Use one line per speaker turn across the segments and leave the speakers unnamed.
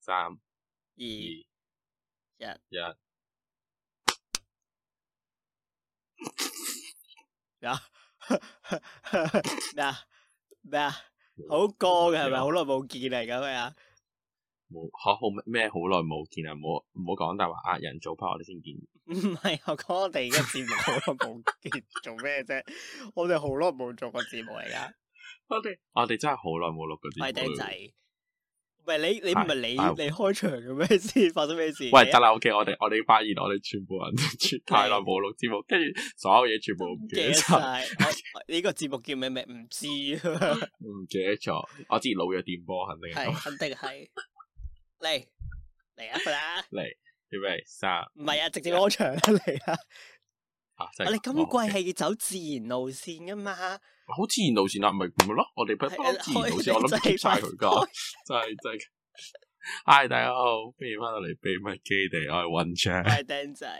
三、
二
二、
一
一。有
啊 咩啊咩啊，好過嘅係咪？好耐冇見嚟咁啊！
冇嚇好咩咩？好耐冇見啊！唔好唔好講大話呃人，早排我哋先見。
唔係我講我哋而家節目好耐冇見，做咩啫？我哋好耐冇做過節目嚟 噶，
我哋我哋真係好耐冇錄嗰啲。
快艇仔。唔係你你唔係你
係
你開場嘅咩先？發生咩事？
喂，得啦，OK，我哋我哋發現我哋全部人全太耐冇錄節目，跟住所有嘢全部唔
唔
記
記
得
得晒。
晒，
我呢個節目叫咩名？唔知啊，
唔記得咗。我之前老弱電波肯定係
係
咁。
肯定係嚟嚟啊！快啦，
準備三
唔係啊，直接開場啦嚟啊！
啊，真
我
係
哋
咁
今
哦，OK
季係走自然路線噶嘛。
好自然路線啦，咪咪咯，我哋
呃
不不嬲自然路線，我諗
係
keep 晒佢噶，真係真係。嗨，大家好，歡迎翻到嚟秘密基地，我係雲長，
快釘仔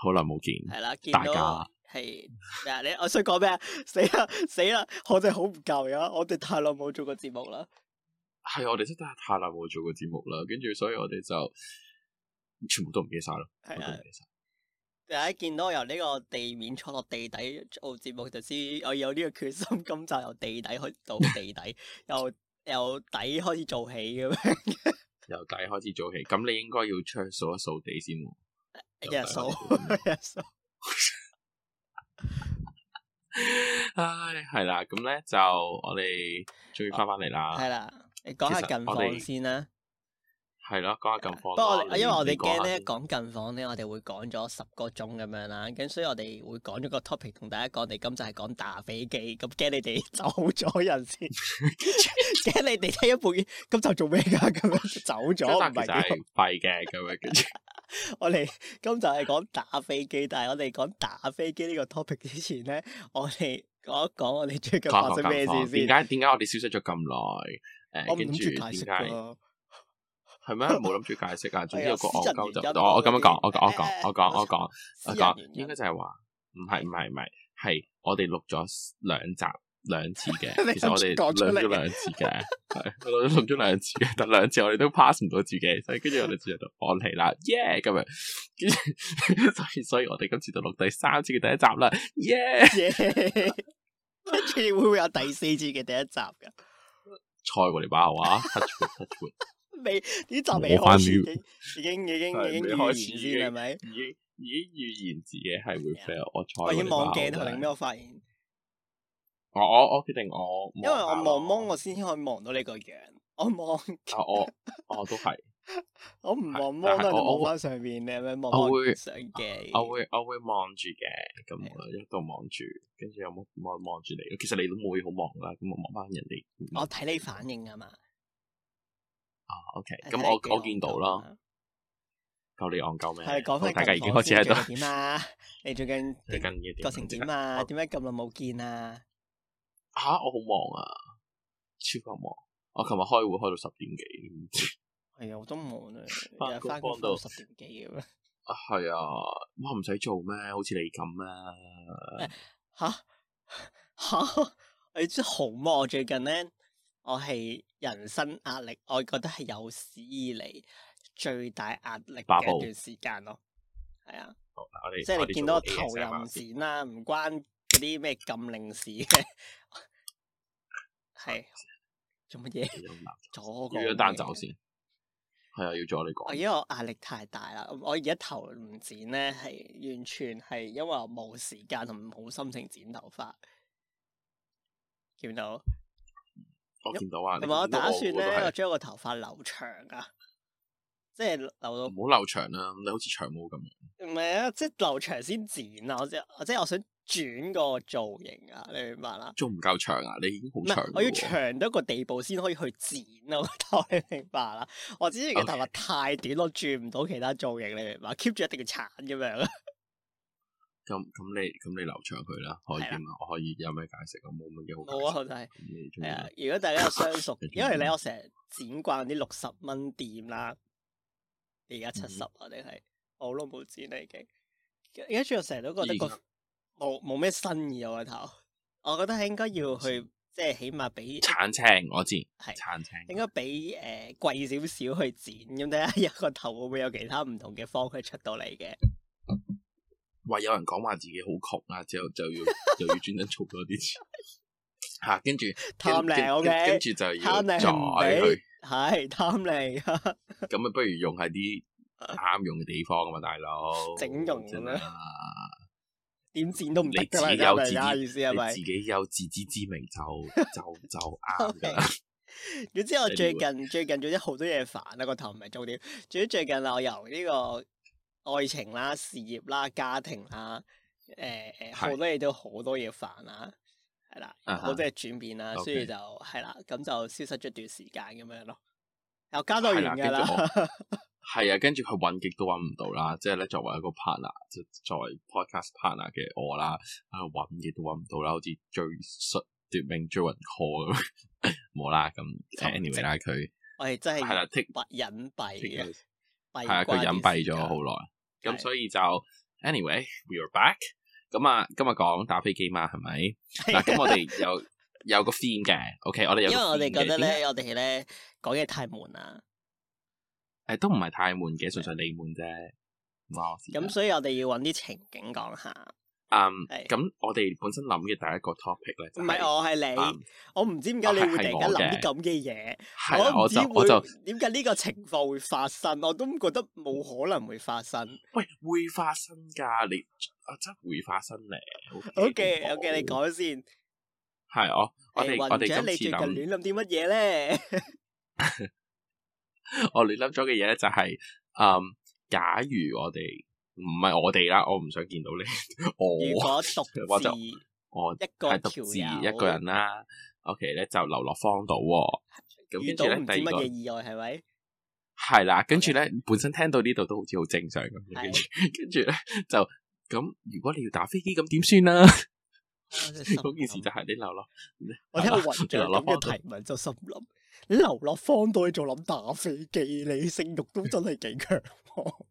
好耐冇見，
係啦，見
大
到
家
係咩啊？你我想講咩啊？ 死啦死啦！我哋好唔夠呀！我哋太耐冇做過節目啦。
係我哋真係太耐冇做過節目啦，跟住所以我哋就全部都唔記得晒咯，
係
我都
啊
唔記得晒
大家見到我由呢個地面坐落地底做節目，就知我有呢個決心。今集由地底開始到地底，由由底開始做起咁樣，
由底開始做起，咁你應該要出去掃一掃地先喎。 由
日
底
數
開
日數。
唉，係啦，咁咧就我哋終於翻翻嚟
係
啦，
啦，你講下
啊其實
近
我哋
況先啦。
係咯，講下近
不
況
過
啦。
我哋因為我哋
驚
驚咧講近況咧，我哋會講咗十個鐘咁樣啦，咁所以我哋會講咗個 topic 同大家講，我哋今集係講打飛機，咁驚你哋 走咗人先，驚你哋聽一半，咁就做咩噶？咁樣走咗
咁但
唔
其實
係
係廢嘅咁樣，跟 住。
我哋今集係講打飛機，但係我哋講打飛機呢個 topic 之前咧，我哋講一講我哋最近發
講
生咩事
點
先。
解點解我哋消失咗咁耐？誒、
我唔
跟
諗
住
住
點
解釋
解
噶。
係咩？冇諗住解釋 啊！總之
係啊
有個戇鳩
私人原因
就
咯
我我咁樣講，我
嗰啲
我講我講我講
私
我
人
啊講
原，因
應該就係話唔係唔係唔係，係我哋錄咗兩集兩次
你
嘅，其實我哋
諗住講出嚟
錄咗兩次嘅，係我哋錄咗兩次嘅， 但兩次我哋都 pass 唔到自己，所以跟住我哋就就放棄啦，耶咁樣，跟住 所以所以我哋今次就錄第三次嘅第一集啦，耶！
耶！ 跟住會唔會有第四節嘅第一集噶？
菜喎你把話，touch wood touch wood。
未呢集未
我翻
開始已
了
經已經已經
係
已經
未
預
開始
言
已
先
經
係咪？
已經已經預言自己係會
Yeah.
fail，我
啊我
錯
已經望鏡
鏡
頭
頭
定咩？我發現，
我我我決定我
因為我望
望
望
下咯
我先可以望到你個樣。我望
啊我我都係，
我唔望
但
望
係
都係
我我
望
會
翻上邊，你係咪望
我會
望相機？
我會我會望住嘅，咁
啊
我一度望住，跟住有冇望望住你？其實你都冇好望啦，咁我望翻人哋。哦
我睇你反應啊嘛。
啊 OK，
睇
咁
你幾
我我
戇
見到
鳩
啦，
啊。
夠你戇鳩咩？
係講
好
翻
大家已
近
經開
況
始
先，
喺
最
度。
近點啊？你最近
最近嘅點
個成
即
點
刻
啊？
我
點解咁耐冇見啊？
吓我好忙啊，超級忙。我琴日開會開到十點幾。
係啊，我都忙啊，
翻
日日
工
翻工
幫到
翻十點幾咁樣。
啊係啊，哇唔使做咩？好似你咁啊。
吓 吓，你知好嗎？我最近咧，我係人生壓力，我覺得係有史以嚟最大壓力
爆
嘅一
煲
段時間咯。係啊，
好我哋
即係
我哋
你見到我
做個
頭又
ASMR
唔
先
剪啦，唔關嗰啲咩禁令事嘅，
啊
係做乜嘢？
要攬
左
要
個
一單
咩
走先，係啊，要阻你
我
講。
因為我壓力太大啦，我而家頭唔剪咧，係完全係因為我冇時間同冇心情剪頭髮，見唔到？
我見到啊，
同埋我打算咧，我
咧，
將個頭髮留長啊，即係留到
唔好留長啦，你好似長毛咁樣。
唔係啊，即係留長先剪啊！我即我即係我想轉個造型啊，你明白啦？
仲唔夠長啊？你已經好
唔
長
係
㗎，喎。
我要長到一個地步先可以去剪啊！我頭你明白啦？我之前嘅
OK
頭髮太短，我轉唔到其他造型，你明白？keep 住一定要鏟咁樣啊！
咁咁你咁你留長佢啦，可以
係啦啊
嘛？我可以有咩解釋？我冇乜嘢好解
冇
釋。
啊，我就係
你中意
係
啦
啊！如果大家有相 熟
你，
因為
中意
咧
啦
我成日剪慣啲六十蚊店啦，而家七十
嗯
啊定係我好耐冇剪啦已經。跟住我成日都覺得
而
個
家嗯
冇冇咩新意啊我個頭，我覺得係應該要去即係起碼比
橙青我知，
係
橙青，
應該比诶貴少少去剪，咁睇下有個頭會唔會有其他唔同嘅方去出到嚟嘅。
話有人講話自己好窮啊，之後就 要就要專登儲多啲錢。吓，跟住
貪
跟
靚
跟
OK，
跟住就要
貪靚唔
再
俾
去，
係貪靚，
咁啊不如用喺啲啱用嘅地方啊嘛，大佬
整容咁
真
樣
係啊
點剪都唔得
你自
噶啦，
己有
咁
自
樣啊意思係咪
你？自己有自知之明就就就啱噶啦。
總之我最
Anyway
近最近做咗好多嘢煩啦，個頭唔係重點。總之最近啊，我由呢個愛情啦、事業啦、家庭啦，誒誒
係
好多嘢都好多嘢煩啦，係啦，
啊哈
好多嘢轉變啦，
OK
所以就係啦，咁就消失咗段時間咁樣咯。又交代完㗎啦，
係啊，跟住佢揾極都揾唔到啦，即係咧作為一個 partner，即係作為 podcast partner 嘅我啦，喺度揾極都揾唔到啦，好似追術奪命追魂 call 咁， 冇啦咁。
沉寂
anyway 啦，佢
我哋真
係
係
啦，take
閉隱蔽嘅，
take
閉
係啊，佢
關
隱
段時
蔽咗
間
好耐，咁
係
所以就 anyway，we are back。咁啊，今日講打飛機嘛，係咪？
係
嗱，咁我哋有有個 theme 嘅，OK，我哋有
因
個
為我
theme
哋
嘅
覺得
點解
咧，我哋咧講嘢太悶啦，
誒都唔係太悶嘅，純粹你悶啫，唔關我事嘅。
咁所以我哋要揾啲情景講下。
嗯，
係
咁我哋本身諗嘅第一個 topic 咧，就
唔
係
係我
嗯
係你，我唔知點解
哦
你
係
會突
係
然間
我
諗
嘅
啲咁嘅
係啦
嘢，
我
唔知
就我就
會點解呢個情況會發生，我都覺得冇可能會發生。
喂會發生㗎，你啊真係會發生咧。
O K O K，你講先。
係我我
誒
哋
雲
我哋
長你
今
最近
次諗
亂諗啲乜嘢咧？
我亂諗咗嘅嘢咧就係嗯，假如我哋唔係我哋啦，我唔想見到你，
如
我
果獨
我
自
就我
一個
係獨自
條友
一個人啦。OK 咧就流落荒島喎，咁
遇
跟
到
住咧
唔知
第
乜
二個
嘢。意外係 咪？
系啦，跟住咧，本身聽到呢度都好似好正常咁樣，跟住跟住咧就咁，如果你要打飛機咁點算 啦？嗰件事就係你流落，
我聽到雲長
流落
咁
荒
嘅
島，
提問就心諗，你流落荒島，你仲諗打飛機，你性慾都真係幾強喎。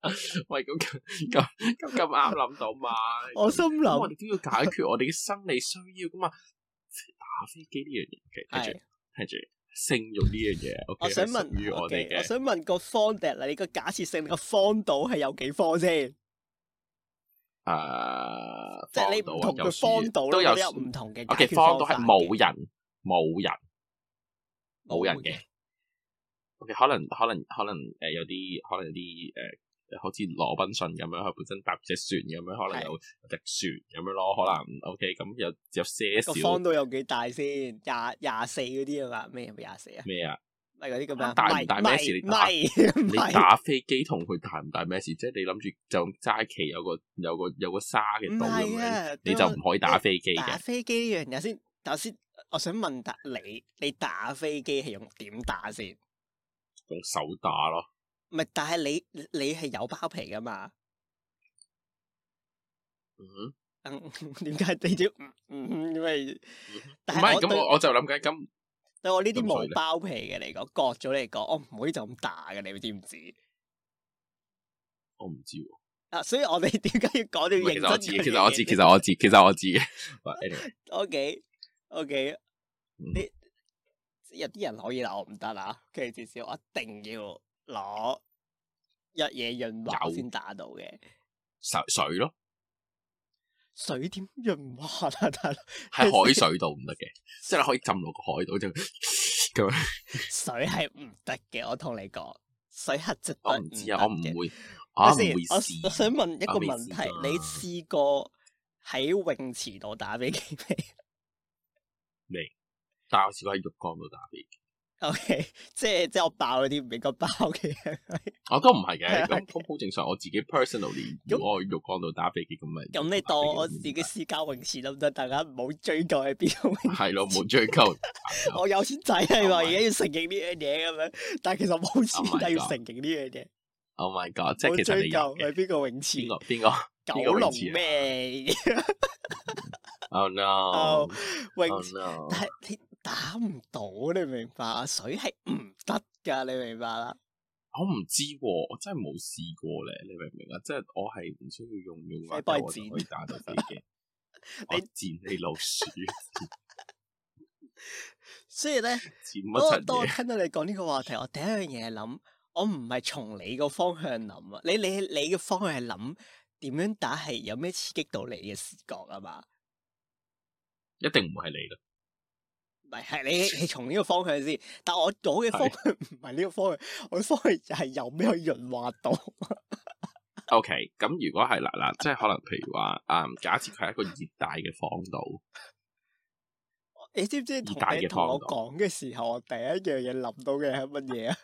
喂咁咁咁咁啱諗到 嘛？
我心
咁我
諗
哋都要解決我哋嘅生理需要噶嘛？打飛機呢樣嘢，跟住
係。
跟住性慾呢樣嘢，OK，
我想
係
問
屬於我哋
OK，我
嘅
想問個方迪啦，你個假設性個荒島係有幾荒先？
誒，
即係你
荒
唔
島啊
同
有
嘅
樹
荒島
都
咧，
有
我覺得有
樹
唔同嘅
O
解
K，
決
荒島
方法
係冇人冇人冇人嘅。O.K. 可能可能可能誒、有啲可能有啲誒、呃好似羅賓遜咁樣，佢本身搭隻船咁樣，可能
係
有隻船咁樣咯，可能 O.K. 咁有有些
個
少
荒島有幾大先？廿廿四嗰啲啊嘛，咩係咪廿四啊？
咩啊？
咪嗰啲咁啊？
大唔
米
大咩事你打
米
你
米
打飛機同佢大唔大咩事？即係你諗住就齋企有個有個有個沙嘅
唔
島咁
係
樣，
啊，
你就唔可以打飛機
打
嘅。
飛機呢樣嘢先。首先，我想問達你，你打飛機係用點打先？
用手打咯，
唔係，但係你你你係有包皮噶嘛？
嗯，
嗯， 點解你啲嗯嗯因為？
唔
但係
係
我
咁
對
我我就諗緊，咁
對我呢啲
咁所以
冇
呢
包皮嘅嚟講，割咗嚟講，我唔可以就咁打嘅，你知唔知？
我唔知喎。
啊，所以我哋點解要講
唔係其實
到
我
認
知
真
嘅，
嘅
其實我知，其實我知，其實我知嘅。But anyway，
O K O K，
嗯
你有啲人可以啦，我唔得啦。佢至少我一定要攞一嘢潤滑
有
先打到嘅。
水水咯，
水點潤滑啊，大佬？
喺海水度唔得嘅。 即係你可以浸落個海度就 咁 樣。
水係唔得嘅，我同你講，水係絕
我
對
唔知啊，
得
我唔
嘅
會，
等
我唔
先
會
我我
試。啊
想問一個
我未
問題
試，過
你試過喺泳池度打飛機未
但係我試過喺浴缸度打飛機，
？OK，即係即係我爆嗰啲唔應該爆嘅， 係咪
我都唔係
係
嘅。
啊
咁咁好正常。我自己 personally，
咁
如果我喺浴缸度打飛機咁咪
咁你當我自己私家泳池得唔得？大家唔好追究喺邊 個 泳池。
係咯，冇追究。
我有錢仔係嘛，
Oh my
而家要承認呢樣嘢咁樣，但係其實冇錢
Oh my
但係要
God
承認呢樣嘢，
Oh my god！即係
冇
其實
追
你
究
有
喺
嘅
邊個泳池
邊，個邊個邊
九
個泳
龍
池啊
咩
？Oh no！
泳
Oh
池？
no！
但係你打唔到，你明白啊？水係唔得㗎，你明白啦？
我唔知喎，我真係冇試過咧。你明唔明啊？即係我係唔需要用用
你
眼
幫佢
我就
剪
可以打到飛機。我賤你老鼠，
所以咧，
賤乜柒
當我當我
嘢？
聽到你講呢個話題，我第一樣嘢諗，我唔係從你個方向諗啊，你你你嘅方向係諗點樣打係有咩刺激到你嘅視覺啊嘛？
一定唔係你啦，
唔係，係你你從呢個方向先，但我我嘅方向唔係呢個方向，我嘅方向就係有咩去潤滑到。
OK，咁如果係嗱嗱，即係可能譬如話，嗯，假設佢係一個熱帶嘅荒島，
你知唔知同
意大利
你
嘅
同
方
我講嘅時候，我第一樣嘢諗到嘅係乜嘢啊？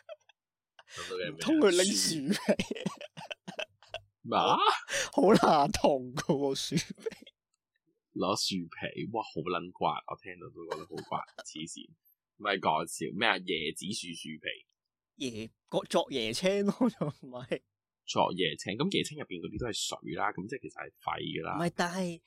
咁到嘅 咩啊
通佢拎樹皮，
咩啊？
好乸痛噶喎樹皮。
攞樹皮，哇，好撚刮！我聽到都覺得好刮，黐線，唔係講笑咩啊？椰子樹樹皮
夜個作夜青咯，就唔係
作椰青，咁椰青入邊嗰啲都係水啦，咁即係其實係廢噶
唔
啦。
係，但係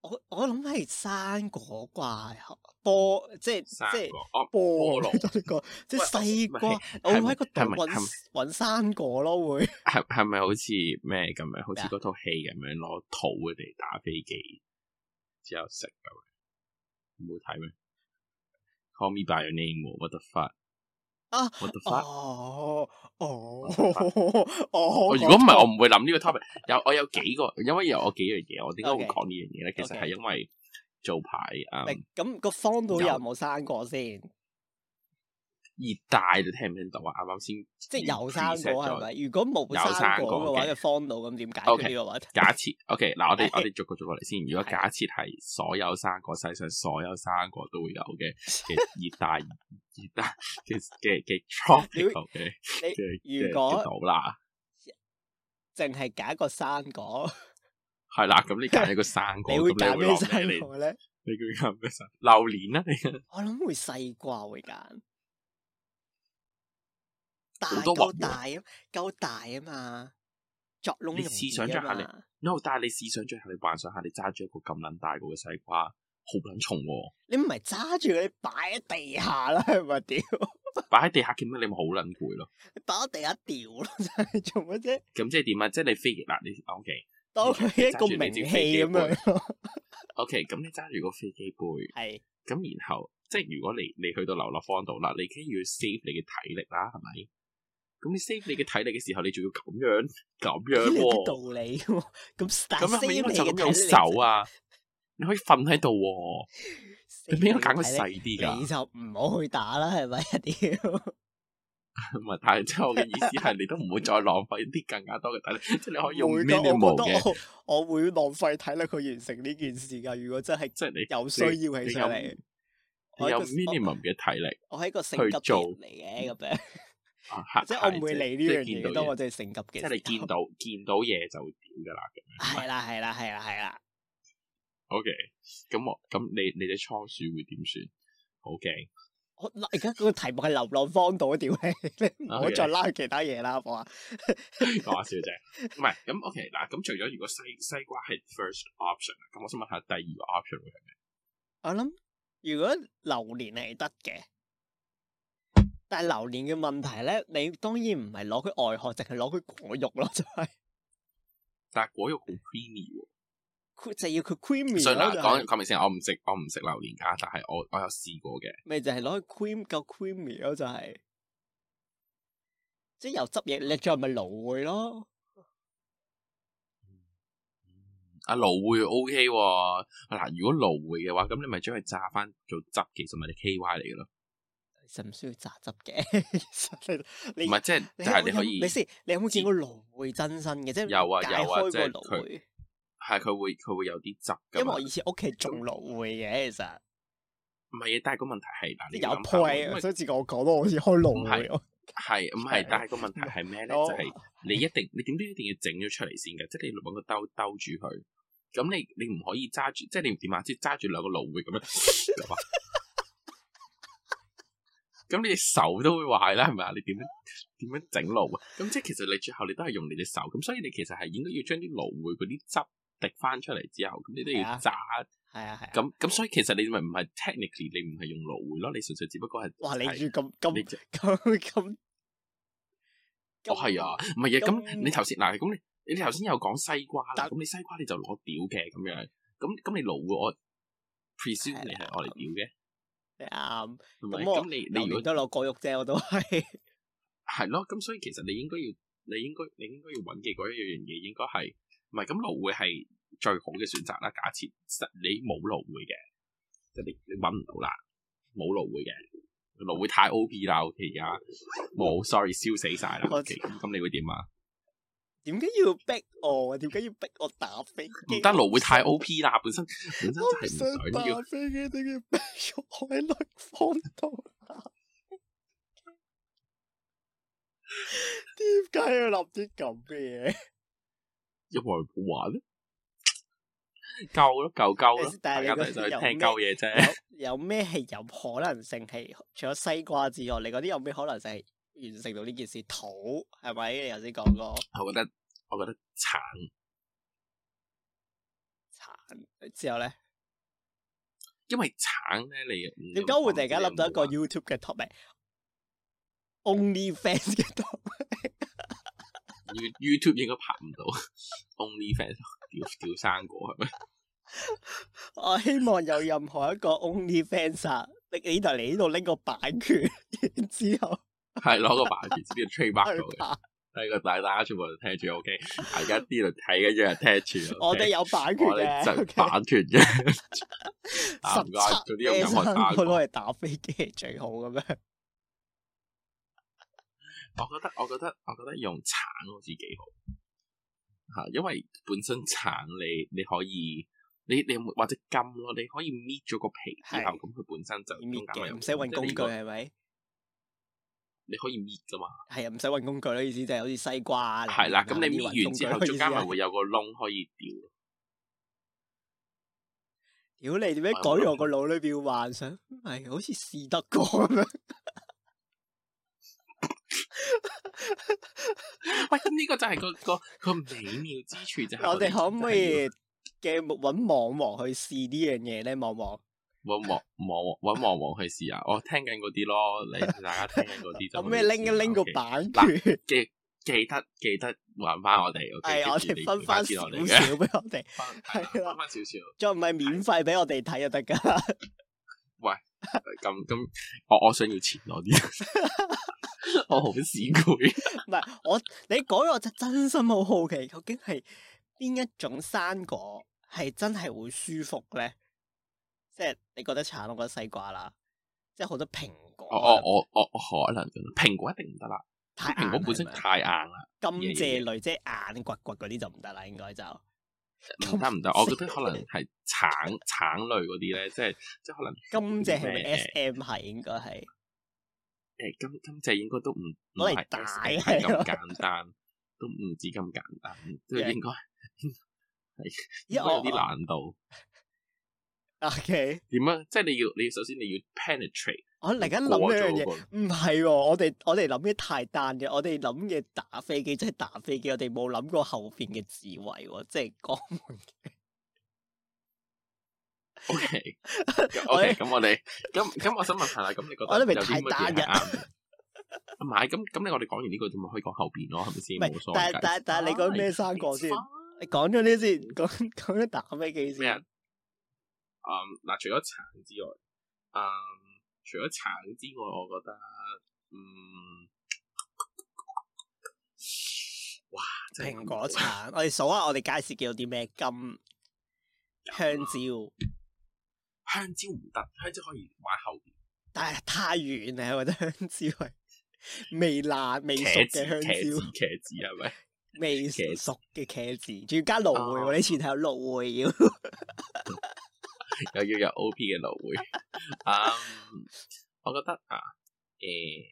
我我諗係生果啩，波即係即
生
係
果哦，
菠
菠蘿
蘿呢個 即係西
喂
瓜
唔係，
我會喺個
係咪
度
係咪
搵搵生果咯會。
係係咪好似咩咁樣？好似
咩啊
嗰套戲咁樣攞肚嚟打飛機之後食咁樣，冇睇咩？Call me by your name，what the fuck？what
啊
the fuck？
哦哦
我
哦！
如果唔係，我唔會諗呢個 topic。有我有幾個，因為有我幾樣嘢，我點解會
Okay
講呢樣嘢咧？其實係
Okay
因為早排啊
明咁個荒島
有
有冇生果先？
熱帶你聽唔聽到啊？啱啱先
即係有生
reset
果係
咗？
咪？如果冇
有生
生
果
果嘅話，
嘅
嘅荒島咁點解
Okay
決呢個話題？
假設 OK 嗱，我哋
係
我哋逐個逐個嚟先。如果
係
假設係所有生果，世上所有生果都會有 嘅嘅熱帶熱帶嘅嘅嘅 tropical 嘅
你
嘅嘅
如
嘅
果
島啦，
淨係揀一個生果，
係啦。咁你 揀一個生果，
你
咁
會
你
揀
會落
咩啊
咩
生
嚟？
果咧？
你會揀咩生？榴蓮啦，你
我諗會西瓜會揀，大
好多雲
夠
喎
大啊，夠大啊嘛，作窿
你
容
試
易
想像
啊
下你
嘛。
no，但係你試想像下，你幻想下，你揸住一個咁撚大個嘅西瓜，好撚重 喎，
你唔係揸住佢，你擺喺地下啦， 係咪屌？
擺喺地下見到你咪好撚攰咯。
你擺喺地下掉咯，真係做乜啫？
咁即係點啊？即係你飛極嗱，你 OK
當佢一個名氣咁樣咯，
OK，咁你揸住個飛機杯。
係
咁然後即係如果你你去到流落荒島啦，你梗要 save 你嘅體力啦，係咪？咁你 save 你嘅體力嘅時候，你仲要咁樣咁樣
呢你啲
喎、
道理喎。咁但
咁
係
係咪
save
應該
你
就
嘅
咁
體
用
力
手啊？你可以瞓喺度喎， 你
，save
唔應該揀個
嘅體力
細啲㗎
你。就唔好去打啦，係咪屌？
唔係，啊但係即係我嘅意思係，你都唔會再浪費啲更加多嘅體力， 即係你可以用
會㗎
minimal
我覺
嘅，
得我我會浪費體力去完成呢件事㗎。如果真係
即係你
有需要起上
你有
嚟，
你
我一
有
個
minimum 嘅體力，
我係一個性急
去
嘅
做
人嚟嘅咁樣，
啊係
即係我唔
係
會理呢
即
樣
係見到
嘢。當我
嘢
真係性急嘅
即
時候，
係你見到見到嘢就屌㗎啦。
係啦係啦係啦係啦，
O.K. 咁我咁你你隻倉鼠會點算？好驚！
我嗱而家個題目係流浪荒島，屌你！你唔好
Okay
再拉去其他嘢啦，好唔好啊？
講下笑啫，唔係咁 O.K. 嗱，咁除咗如果西西瓜係 first option，咁啊我想問下第二個 option 會係咩？
我諗如果榴莲係得嘅，但係榴莲嘅問題咧，你當然唔係攞佢外殼，淨係攞佢果肉咯，就係、
但係果肉好 creamy 喎。
佢就要佢 creamy
所以
咯，
嗱，
就
講
係
講明先，我唔食我唔食榴蓮㗎，但係我我有試過嘅。
咪就係攞佢 cream 夠 creamy 咯，就係、即係又汁嘢，你最後咪蘆薈咯，
啊蘆薈 O.K. 喎，嗱，如果蘆薈嘅話，咁你咪將佢炸翻做汁，其實咪你 K.Y. 嚟嘅咯。
其實唔需要榨汁嘅。其實你
唔
你
係即係，
你
但係你可以
有冇你先，你有冇見過蘆薈真身嘅？即係
有啊
解
有啊
開
即
個
係
蘆
佢啊
薈，
係佢會佢會有啲汁㗎
因為
嘛
我。以前屋企種蘆薈嘅，其實。
唔係，但係個問題係嗱，
即
你
係有啊
諗下喎因
point，
為
所以自我講到好似開
唔
腦
係
咁。
係唔
係
係？但係個問題係咩咧？就
我
係、你一定你點都一定要整咗出嚟先嘅，即係你要揾個兜兜住佢。咁你你唔可以揸住，即係你點啊？即係揸住兩個蘆薈咁樣咁啊。咁你隻手都會壞啦，係咪啊？你點樣點樣整蘆啊？咁即係其實你最後你都係用你隻手，咁所以你其實係應該要將啲蘆薈嗰啲汁滴翻出嚟之後，咁你都要
係啊
揸。
係啊係啊。
咁咁所以其實你咪唔係 technically 你唔係用蘆薈咯，你純粹只不過係
哇！你
係
住咁
你就
咁咁 咁。
哦，係啊，唔係啊，咁
咁
你頭先嗱，咁你你頭先有講西瓜啦，
但
咁你西瓜你就攞屌嘅咁樣，咁咁你老嘅我 presume 你
係
係我嚟屌嘅，
你啱。
係咪？
咁我
咁你
榴
你如
蓮
果
都落過肉啫，我都係。
係咯，咁所以其實你應該要，你應該你應該要揾嘅嗰一樣嘢應該係，唔係咁蘆薈係最好嘅選擇啦。假設實你冇蘆薈嘅，即係你你揾唔到啦，冇蘆薈嘅，蘆薈太 O P 啦，O K 而家冇，sorry 燒死晒啦
我
，OK，咁咁你會點啊？
點解要逼我？點解要逼我打飛
唔
機？
得，蘆薈太 O P 啦，本身本身就
我唔
係
想
唔想要
打飛機，點解要逼我喺女房度打？ 點解要諗啲咁嘅嘢？
因為好玩 咧，夠咯，夠夠咯，大
但係你
家
嗰
都係想去
有
聽
咩
鳩嘢啫。
有有咩係有可能性係除咗西瓜之外，你嗰啲有咩可能性係完成到呢件事？土係咪？你頭先講過
我覺得我覺得橙
殘之後咧，
因為橙咧，你
點解會突然間諗到一個 YouTube 嘅 topic？Only fans 嘅 topic，
You- YouTube 應該拍唔到 OnlyFans 屌屌生果係咪？
我希望有任何一個 Only fans 啊，你你度嚟呢度拎個版權，然之後
係攞個版權先 trademark 到
去
嘅，
拍。
係個大家全部人聽住 OK，大家呢度睇緊有人聽住 OK，
我哋有版權
我哋就
嘅，
版權 嘅，啊唔該
十
做
七
啲咁任何打
我
過
攞嚟打飛機係最好咁樣。
我覺得，我覺得，我覺得用橙好似幾好嚇，因為本身橙你你可以，你你有冇或者金咯，你可以搣咗個皮之後，
係
咁佢本身就
搣
中間
嘅，
有
唔使
即
揾
係
工
你
具
個
係咪？
你可以搣噶嘛，
係啊，唔使揾工具咯，意思就係好似西瓜啊。
係啦，咁
榴
你
蓮啊
搣完之後，中間咪。
呢啲揾工具咯意思係
會有個窿可以掉。
屌你點解講完我個腦裏邊幻想？係好似試得過咁 樣。
喂，咁呢個就係個個個美妙之處就係
我哋可唔可
真係要
以嘅揾網王去試呢樣嘢咧？網王
揾黃黃揾黃黃去試下？我聽緊嗰啲咯， 你大家聽緊嗰啲就可
有
以
咩拎一
試下
拎個
OK
版
嗱
權？
記記得記得還翻我哋，OK，
係我
跟住
哋
你
分
俾
翻
錢
少
我哋嘅，
少俾我 哋，
分
係啦
分翻少少。
再唔係免費俾我哋睇就得㗎。
咁咁，我我想要錢多啲， 我好市 儈。
唔係我你講咗，我就真心好好奇，究竟係邊一種生果係真係會舒服咧？即係你覺得橙，我覺得西瓜啦，即係好多蘋果啊
我我我我我可能蘋果一定唔得啦，
太
哦蘋果
硬
本身
係咪
太硬啦，
甘
嘢
蔗類即係硬掘掘嗰啲就唔得啦，應該就
嗯唔得唔得。我覺 得可能係橙橙類嗰啲咧，即係即係可能
甘蔗係咪
咩
S M 係應該係
誒金金蔗應該都唔唔
攞嚟
係
帶
係
係咯
咁簡單，都唔止咁簡單，都
因為
應該係應
因為
該有
我
啲難度。
O K，
點啊？即係你要，你首先你要 penetrate
我嚟緊
過
諗一樣
咗
嘢。
嗰個
唔係喎，我哋我哋諗嘅太單嘅，我哋諗嘅打飛機即係打飛機，我哋冇諗過後邊嘅智慧喎，即係 肛門。
OK
我
OK，咁我哋咁咁，我想問下啦，咁你覺
我
得
都未
有啲乜
太
嘢係
單
啱嘅？唔係咁咁，你我哋講完呢個就咪可以講後邊咯，係咪
唔
先？冇
係
所，謂嗯
但係
㗎。
但係但係你講咩生果先？你講咗呢先，講 講咗打飛機
咩啊
先。
嗯，嗱，除咗橙之外，嗯，除咗橙之外，我覺得，嗯，哇，真係
蘋果橙，我哋數下我哋街市叫啲咩金香蕉，
香蕉唔得，香蕉可以玩後邊。
但係太軟啦，我覺得香 蕉係未爛未熟
茄子，
嘅香
茄子，
蕉，
茄子係咪？
未
茄子
熟嘅茄子，仲要加蘆薈喎，
哦
你前頭有蘆薈要。
又要有 O.P. 嘅蘆薈。 嗯，我覺得啊，誒、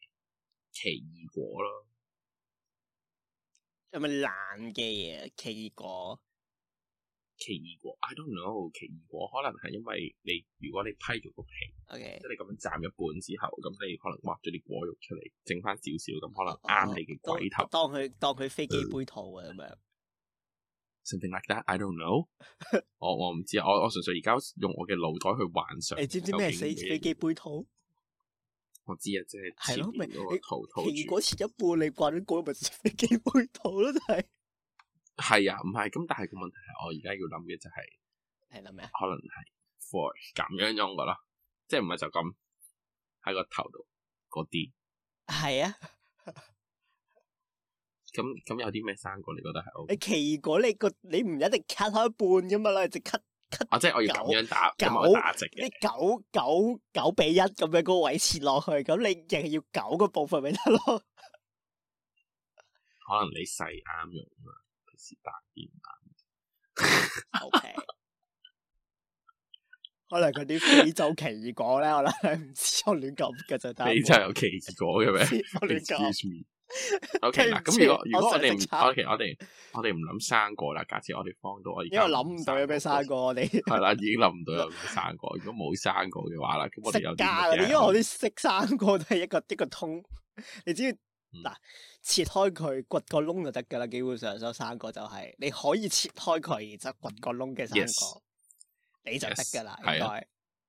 奇異果咯，
係咪爛嘅嘢？奇異果
奇異果，I don't know，奇異果可能係因為你如果你批咗個皮，
，OK，
即係你咁樣斬一半之後，咁你可能挖咗啲果肉出嚟，整翻少少，咁可能啱你嘅鬼頭嗯
當當佢當佢飛機杯套啊 咁樣。
，something like that，I don't know 我。我唔知啊，我我純粹而家用我嘅腦袋去幻想。
你知唔知咩
究
死
竟
飛機杯套？
我知啊，即係
係咯
前面
咪
嗰
你
個圖套
奇異
住。
果切一半，你掛咗果咪死飛機杯套咯，真係。
係啊，唔係咁，但係個問題係我而家要諗嘅就係、
係啦咩啊？
可能係 for 咁樣用噶啦，即係唔係就咁喺個頭度嗰啲。
係啊，
咁咁有啲咩生果你覺得係 O？
你奇異果你個你唔一定 cut 開一半噶嘛，你直 cut
啊，即係我要咁樣打，
九
咁我打直
你
嘅。
九九九比一咁樣嗰個位切落去，咁你亦要九個部分咪得咯？
可能你細啱用啊，平時大啲唔啱。
O K，可能佢啲非洲奇異果咧，我諗佢唔知我亂講嘅就 得。
你真係有奇異果嘅咩
唔知 我亂講，
？Excuse me。O K
對唔
嗱，咁
住
如果如果我
我
哋
上
唔
直插
O K，我哋我哋唔諗生果啦。假設我哋幫到我而
因
家
為諗唔到有咩生
果，
果，我哋
係啦，已經諗唔到有咩生果。如果冇生果嘅話啦，咁我哋有
識
啲乜
加嗰
嘢啊
啲，因為我啲識生果都係一個一個通。你只要
嗯
嗱切開佢，掘個窿就得㗎啦。基本上所有生果就係你可以切開佢，然之後掘個窿嘅生
Yes
果，你就得㗎啦。
Yes，
應
係啊
該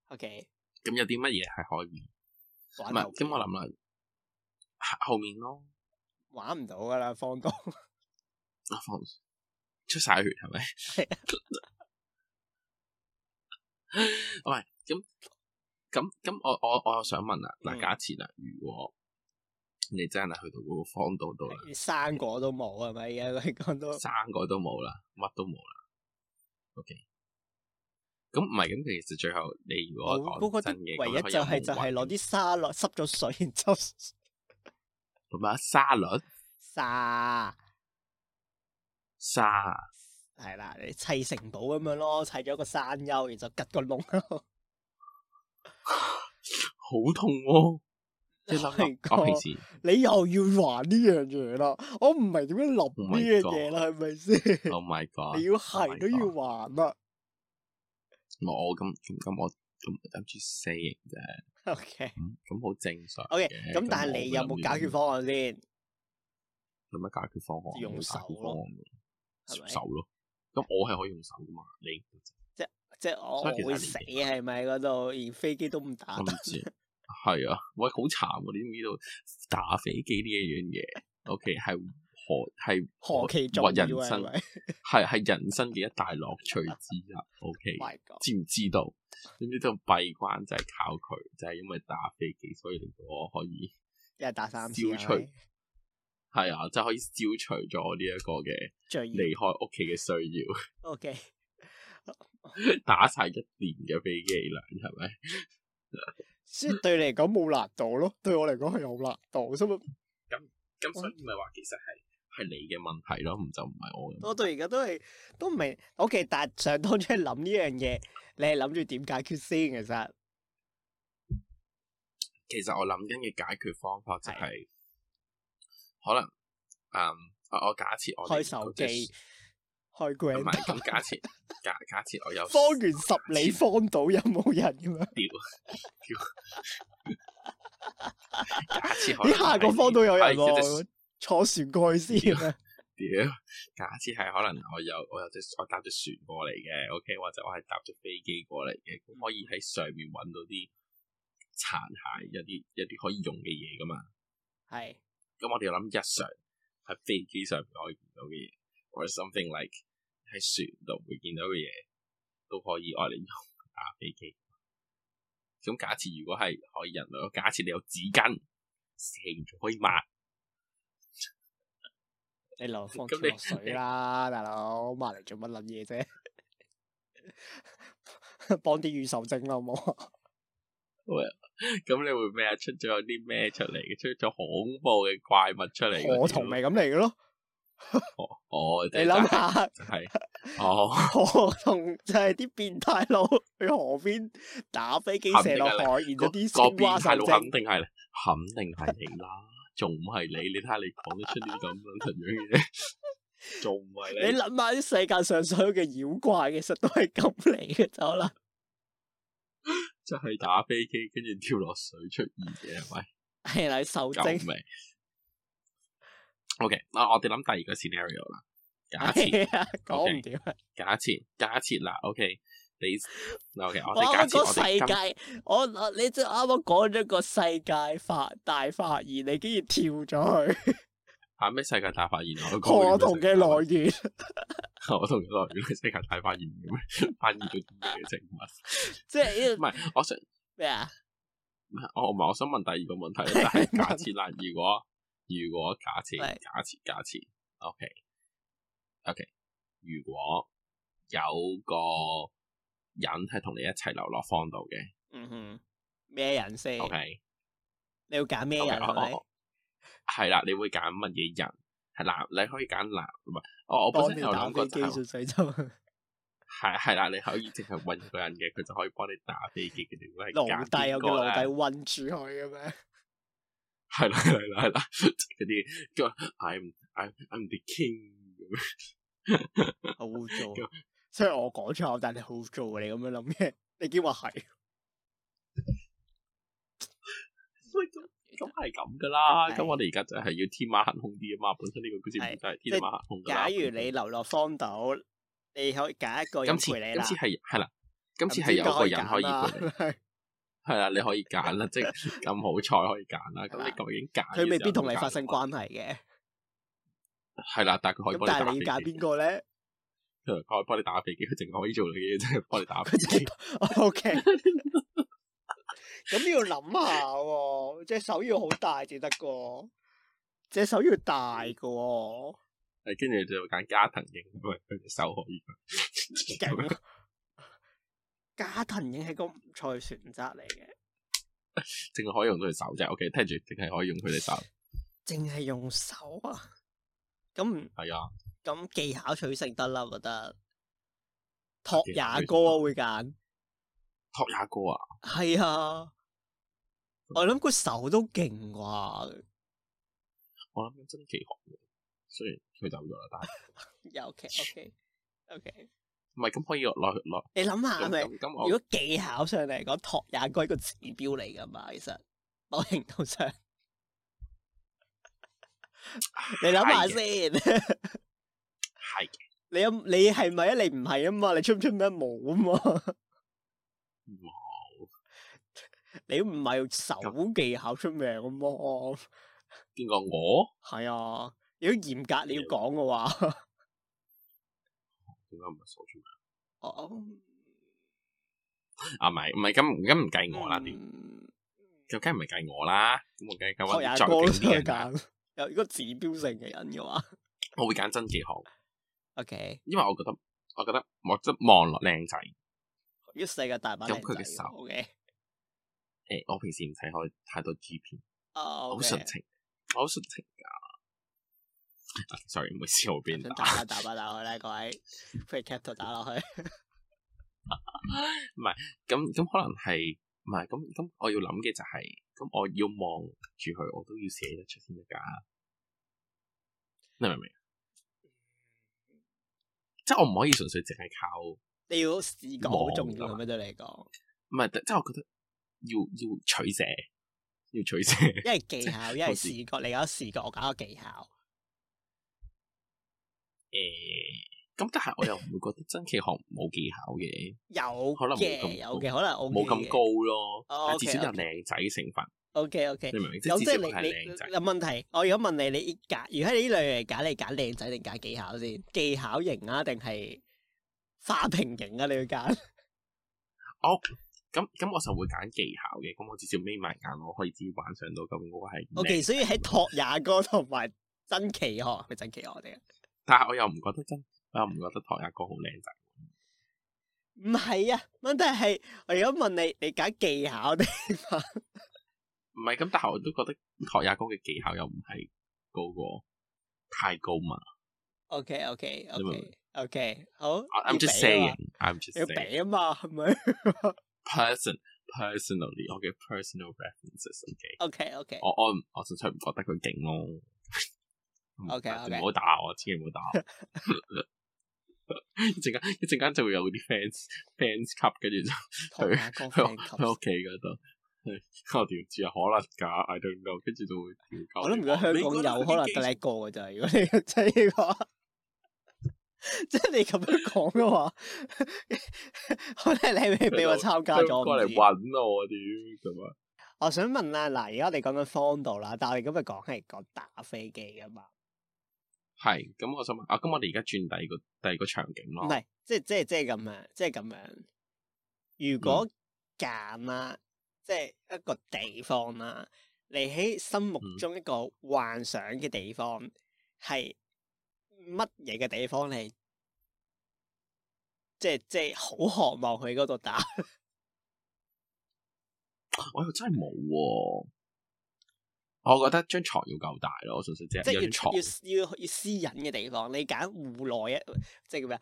O K，
咁有啲乜嘢係可以？唔係
玩後
咁我
邊
諗啦，啊後面咯，
玩唔到㗎啦，放到
啊放出晒血係咪？
啊
唔係咁咁咁，我我我又想問啦，嗱，
嗯
假設啦，如果你真係去到嗰個荒島度啦，
生果都冇係咪？而家講到。
生果都冇啦，乜都冇啦，OK，咁唔係咁，其實最後你如果
我
講
嗰啲
真嘅，
唯一
咁
就
係
係就係攞啲沙落濕咗水，然之後
咁 啊沙律
沙
沙
係啦，你砌城堡咁樣咯，砌咗個山丘，然之後吉個窿咯。
好痛 喎！即係諗下
Oh
我
my
平
God
時。
你又要還呢樣嘢啦，我唔明點樣諗
Oh
呢
my
樣嘢啦，係咪先？
Oh my god！
你要係都要還啦。
冇我咁咁咁我咁諗住四型啫，
OK
咁咁好正常嘅。
OK，咁但係你有冇解決方案先？
有咩解決方案？
用
冇解
手
決
咯
方案嘅
係咪
手咯。咁我係可以用手噶嘛？你
即係我
所以其實
我會
係
死
年
係咪嗰度？連飛機都唔打
我唔
得。
知。 係啊，喂，好慘喎！你知唔知道打飛機呢一樣嘢？OK，係何係
何其重
哇
要
人
啊係
生
咪
係係人生嘅一大樂趣之一。OK，
？My God！
知唔知道？知唔知道閉關就係靠佢，就係因為打飛機，所以令到我可以。
一日打三次
消
啊
除
係咪
係啊，就可以消除咗呢一個嘅
最
離開屋企嘅需要，
OK。
打晒一年嘅飛機量係咪？
所以對你嚟講冇難度咯，對我嚟講係有難度，所以
咁所以咪話其實係係你嘅問題咯，唔就唔係我嘅問
我到而家都係都唔明。OK，但係想當初諗呢樣嘢，你係諗住點解決先？其實
題。其實我諗緊嘅解決方法就係、可能，嗯，我我假設我哋
開手
即係
機、開
唔
grand，
係咁假設假假設我有
方圓十里荒島有冇人 咁樣？
假設可
咦，
能
下個荒島有人
係一隻
喎，坐船過去先啊！
屌，假設係可能我有我有隻我搭隻船過嚟嘅，OK，或者我係搭隻飛機過嚟嘅，咁可以喺上面揾到啲殘骸，有啲有啲可以用嘅嘢噶嘛。
係
咁我哋要諗日常喺飛機上面可以見到嘅嘢，or something like 喺船度會見到嘅嘢，都可以愛嚟用打飛機。咁假設如果係可以人類，假設你有紙巾，成咗可以抹。
你流荒
咁你
跳落水 啦，大佬，抹嚟做乜撚嘢啫？ 幫啲乳受精啦，好冇啊？
咁你會咩啊？出咗有啲咩出嚟嘅？出咗恐怖嘅怪物出嚟嗰啲咯？
河童咪咁嚟嘅咯，
哦，
你諗
下
下。
係 哦，
河同就係啲變態佬去河邊打飛機射落海，
啊
然
個
後啲
個
青
變
蛙
態
受
佬肯
精。
定係，肯定係你啦， 仲唔係你？你睇下你講得出啲咁樣樣嘢， 仲唔
你
係你？
諗下啲世界上所有嘅妖怪，其實都係咁嚟嘅就啦。
即係打飛機跟住跳落水出現嘅係咪？
係啦，受
救
精。
命！OK，嗱，我哋諗第二個 scenario 啦。 假設
係啊講唔掂啊。
假設假設啦，OK，你 OK，我
我
哋假
啱啱
設我哋今
講世界，我我你即係啱啱講咗個世界發大發現，你竟然跳咗去
啊咩世界大發現啊！我講
河
完
童
咩世界 大發
嘅
現
來源。
我同佢話原來世界大發現咁樣， 發現咗啲咩植物？
即係呢
唔
個
係，我想
咩啊？
我唔係我想問第二個問 題，就係假設啦，如果如果假設
係
假設假設，OK OK，如果有個人係同你一齊流落荒島嘅
嗯哼，咩人先？
，OK
你要揀咩
OK，
人係
我
咪？
我係啦，你會揀乜嘢人？係男，你可以揀男，唔係我我本
幫
身
你
有
打
諗過
飛
就
機
係
順水州，
係係啦，你可以淨係揾一個人嘅，佢就可以幫你打飛機嘅，你會係
奴
揀
隸有
邊
個奴
個咧
隸？韞住佢 咁樣。
係啦係啦係啦，嗰啲叫 I'm I'm I'm the king 咁樣
好污糟啊。雖然我講錯，但你好污糟啊！你咁樣諗嘅，你已經話係。
喂，咁咁係咁噶啦，
係
咁我哋而家就係要天馬行空啲啊嘛，本身呢個故事
係
本身係天馬行空噶
假
啦。
如你流落荒島，你可以揀一個
今
人
次
陪你
今
啦。
次係係啦，今次
唔
係
知
有
邊
個人可以
揀啊
陪你
啦
係啦，你可以揀啦，即係咁好彩可以揀啦。咁
係
你
啦
究竟揀嘅
佢未必
時候
同你
揀
發生
乜
關係嘅。
係啦，但係佢可以
咁
幫
但係
你
你
打
要
飛
揀
機
邊，個咧
佢可以幫你打飛機，佢淨係可以做你嘅嘢，即係幫你打飛
佢 自
機
己。？O K。咁要諗下喎，隻手要好大至得噶，隻手要大噶喎，
係跟住就揀加藤鷹，因為佢隻手可以。
勁啊！加藤影係個唔錯嘅選擇嚟嘅，
淨係可以用到隻手啫。OK，聽住，淨係可以用佢隻手。
淨係用手啊！咁
係啊，
咁技巧取勝得啦，我覺得。托
技
也
巧取勝
哥啊會揀，
托也哥啊，
係啊，我諗個手都勁啩，
我諗真奇學嘅，雖然佢走咗啦，但係
又 OK OK OK，
唔係咁可以落去落。
你諗啊下係
咁
咪？
咁咁
如
我
果技巧上嚟講，托也哥係一個指標嚟噶嘛，其實某程度上，你諗下先，
係嘅
你有你係咪啊？你唔係啊嘛，你出唔出咩冇啊嘛？ 你唔係用手技巧出名啊嘛？
見過我，
係啊，如果嚴格你要講嘅話，
點解唔係數出名？
哦，
啊，唔係唔係咁咁唔計我啦，屌，
嗯
咁梗係唔係計我啦，咁我梗係
托也
揀
哥都
再勁啲
想
人啦，
揀， 有一個指標性嘅人 嘅話
我會揀真奇學，
，OK，
因為我覺得我覺得我即望落靚仔，
呢個世界大把
咁
靚
佢嘅
仔
手
喎，OK。
誒，我平時唔睇開太多 G 片，我
好
好純情，我好純情噶。啊 sorry，唔好意思，我邊啊
想打下打下打去啦，各位，不如 cap 圖打落去。
咁咁可能係唔係咁咁？我要諗嘅就係、咁，我要望住佢，我都要寫得出先得㗎。你明唔明？嗯即係我唔可以純粹淨係靠，唔
你要視覺好重要咁樣對你 嚟講，
係即係我覺得要要取捨，要取 捨。
一係技巧，一係
好
視
似
覺。你搞視覺，我搞個技巧。
誒、咁但係我又唔會覺得真奇學冇技巧嘅，
有
可能冇
嘅，
咁
有嘅，可能
冇咁高咯。
哦
但至少有
OK，OK
靚仔嘅成分，
O K O K
你。明唔明？即係
咁
至
即
少
係
佢係
你你
靚仔。
有問題？我如果問你，你揀如果你呢類嚟揀，你揀靚仔定揀技巧先？技巧型啊，定係花瓶型啊？你要揀？
我咁咁我就會揀技巧嘅，咁我至少眯埋眼，我可以自己幻想到究竟我係
O K，
咩
所以 喺托也哥同埋真奇學，咪真奇學啊嚟嘅。
但係我又唔覺得真，我又唔覺得唐日哥好靚仔。
唔係啊，問題係我而家問你，你揀技巧定 花
唔係咁，但係我都覺得唐日哥嘅技巧又唔係高過太高嘛。
O K O K O
你明唔
K
明
O K，好。
I-
要
I'm just
俾啊嘛
saying，I'm just
要
saying
俾啊嘛，係咪
person personally 我嘅 personal references OK。
？O K O K
我我唔我純粹唔覺得佢勁 咯。
OK，OK
唔好打我，千祈唔好打我。 一陣間一陣間就會有啲 fans fans 級，跟 住就
同阿
喺
哥
我
friend
喺屋企嗰度。 我點知啊？可能㗎，I don't know。跟住就會調教
我諗
你
如果
話
香
你覺
港
佢
有，可能
啲技
得你一個嘅咋。如果你 真係呢個，即係你 咁樣講嘅話， 可能你未俾我參加
香
咗。
港
我
嚟
唔知
搵我屌咁啊！
我想啊問啦，嗱，而家我哋講緊荒島啦，但係我哋今日講係講打飛機噶嘛？
係咁，我想問啊，咁我哋而家轉第二個第二個場景咯
唔。係，即係即係即係咁樣，即係咁樣。如果揀啦，即係一個地方啦，你喺心目
嗯
中一個幻想嘅地方係乜嘢嘅地方你即係即係好渴望去嗰 度打，
我又真係冇喎。我覺得張床要夠大咯，我純粹只
即
係
係
有張床
要要要要私隱嘅地方。你揀户內一，即係叫咩啊？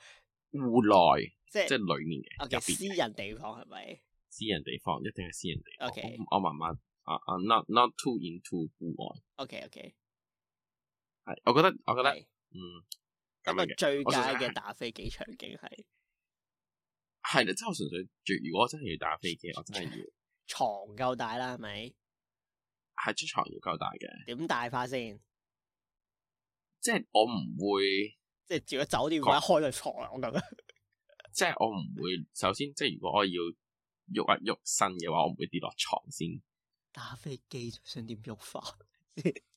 戶內，
即
即係
係
裡面嘅
OK
入邊
私人地方係咪？
私人地方，一定係私人地方。
OK
我我慢慢啊啊，not not too into 戶外。
OK OK，
係，我覺得我覺得
係
嗯咁
一個
樣嘅，
最
我想
佳
想
嘅打飛機場景係。
係啦，即係我純粹最，如果我真係要打飛機，我真 係要
床夠大啦，係咪？
係張床要夠大嘅，
點大法先？
即係我唔會。
即係住咗酒店或者開咗床咁樣。
即係我唔會首先，即係如果我要喐一喐身嘅話，我唔會跌落床先。
打飛機想點喐法？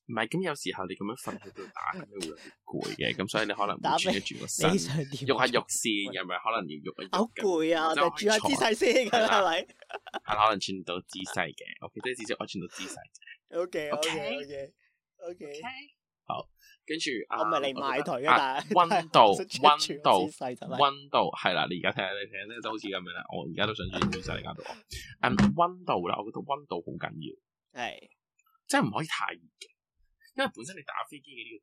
唔係咁，有時候你咁樣瞓喺度打，咁你會有啲攰嘅，咁所以你可能會
打
轉
咩
一轉個身，
你
喐
想點？
一喐先，又咪可能要喐一
好
喐嘅，
攰啊！我
就係
哋轉下姿勢先，咁
係啦
係咪
係可能轉到姿勢嘅。OK，即係至少我轉到姿勢嘅。
？O K O
OK
K O K O K，
好，跟住
我唔係嚟埋台嘅，
啊
但係
温 度温度
細就係
温度係啦，你而家睇下你睇下咧，都好似咁樣啦。我而家都想轉姿勢，你搞到我。嗯，温度啦，我覺得温度好緊要。
係
即係唔可以太熱嘅，因為本身你打飛機嘅呢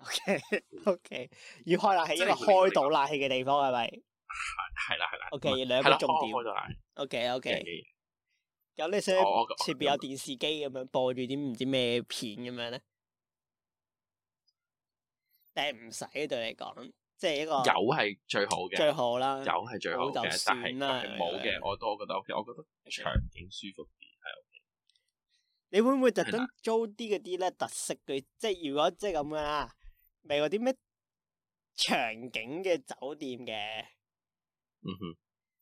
個動作已經
O K O K，要開冷氣，
即
一
係
個開到冷氣嘅地方係咪
係啦係啦。
？O K，
係
兩個
啦，哦
重
開開哦
點。
咗啦。
O K O K，
嘅
咁你想
嘢，我我
前邊有電視機咁樣播住啲唔知咩片咁樣咧？但係唔使啊對你講，即係一個
有係最好嘅，
啊最好啦
有。係最好
冇就
嘅，但係
算啦
但係冇嘅
係，啊
我都我覺得 OK，我覺得場景舒服啲係。啊
你會唔會特
係
登租啲嗰啲咧特色嘅？即係如果即係咁樣啦，咪嗰啲咩場景嘅酒店嘅，
嗯哼，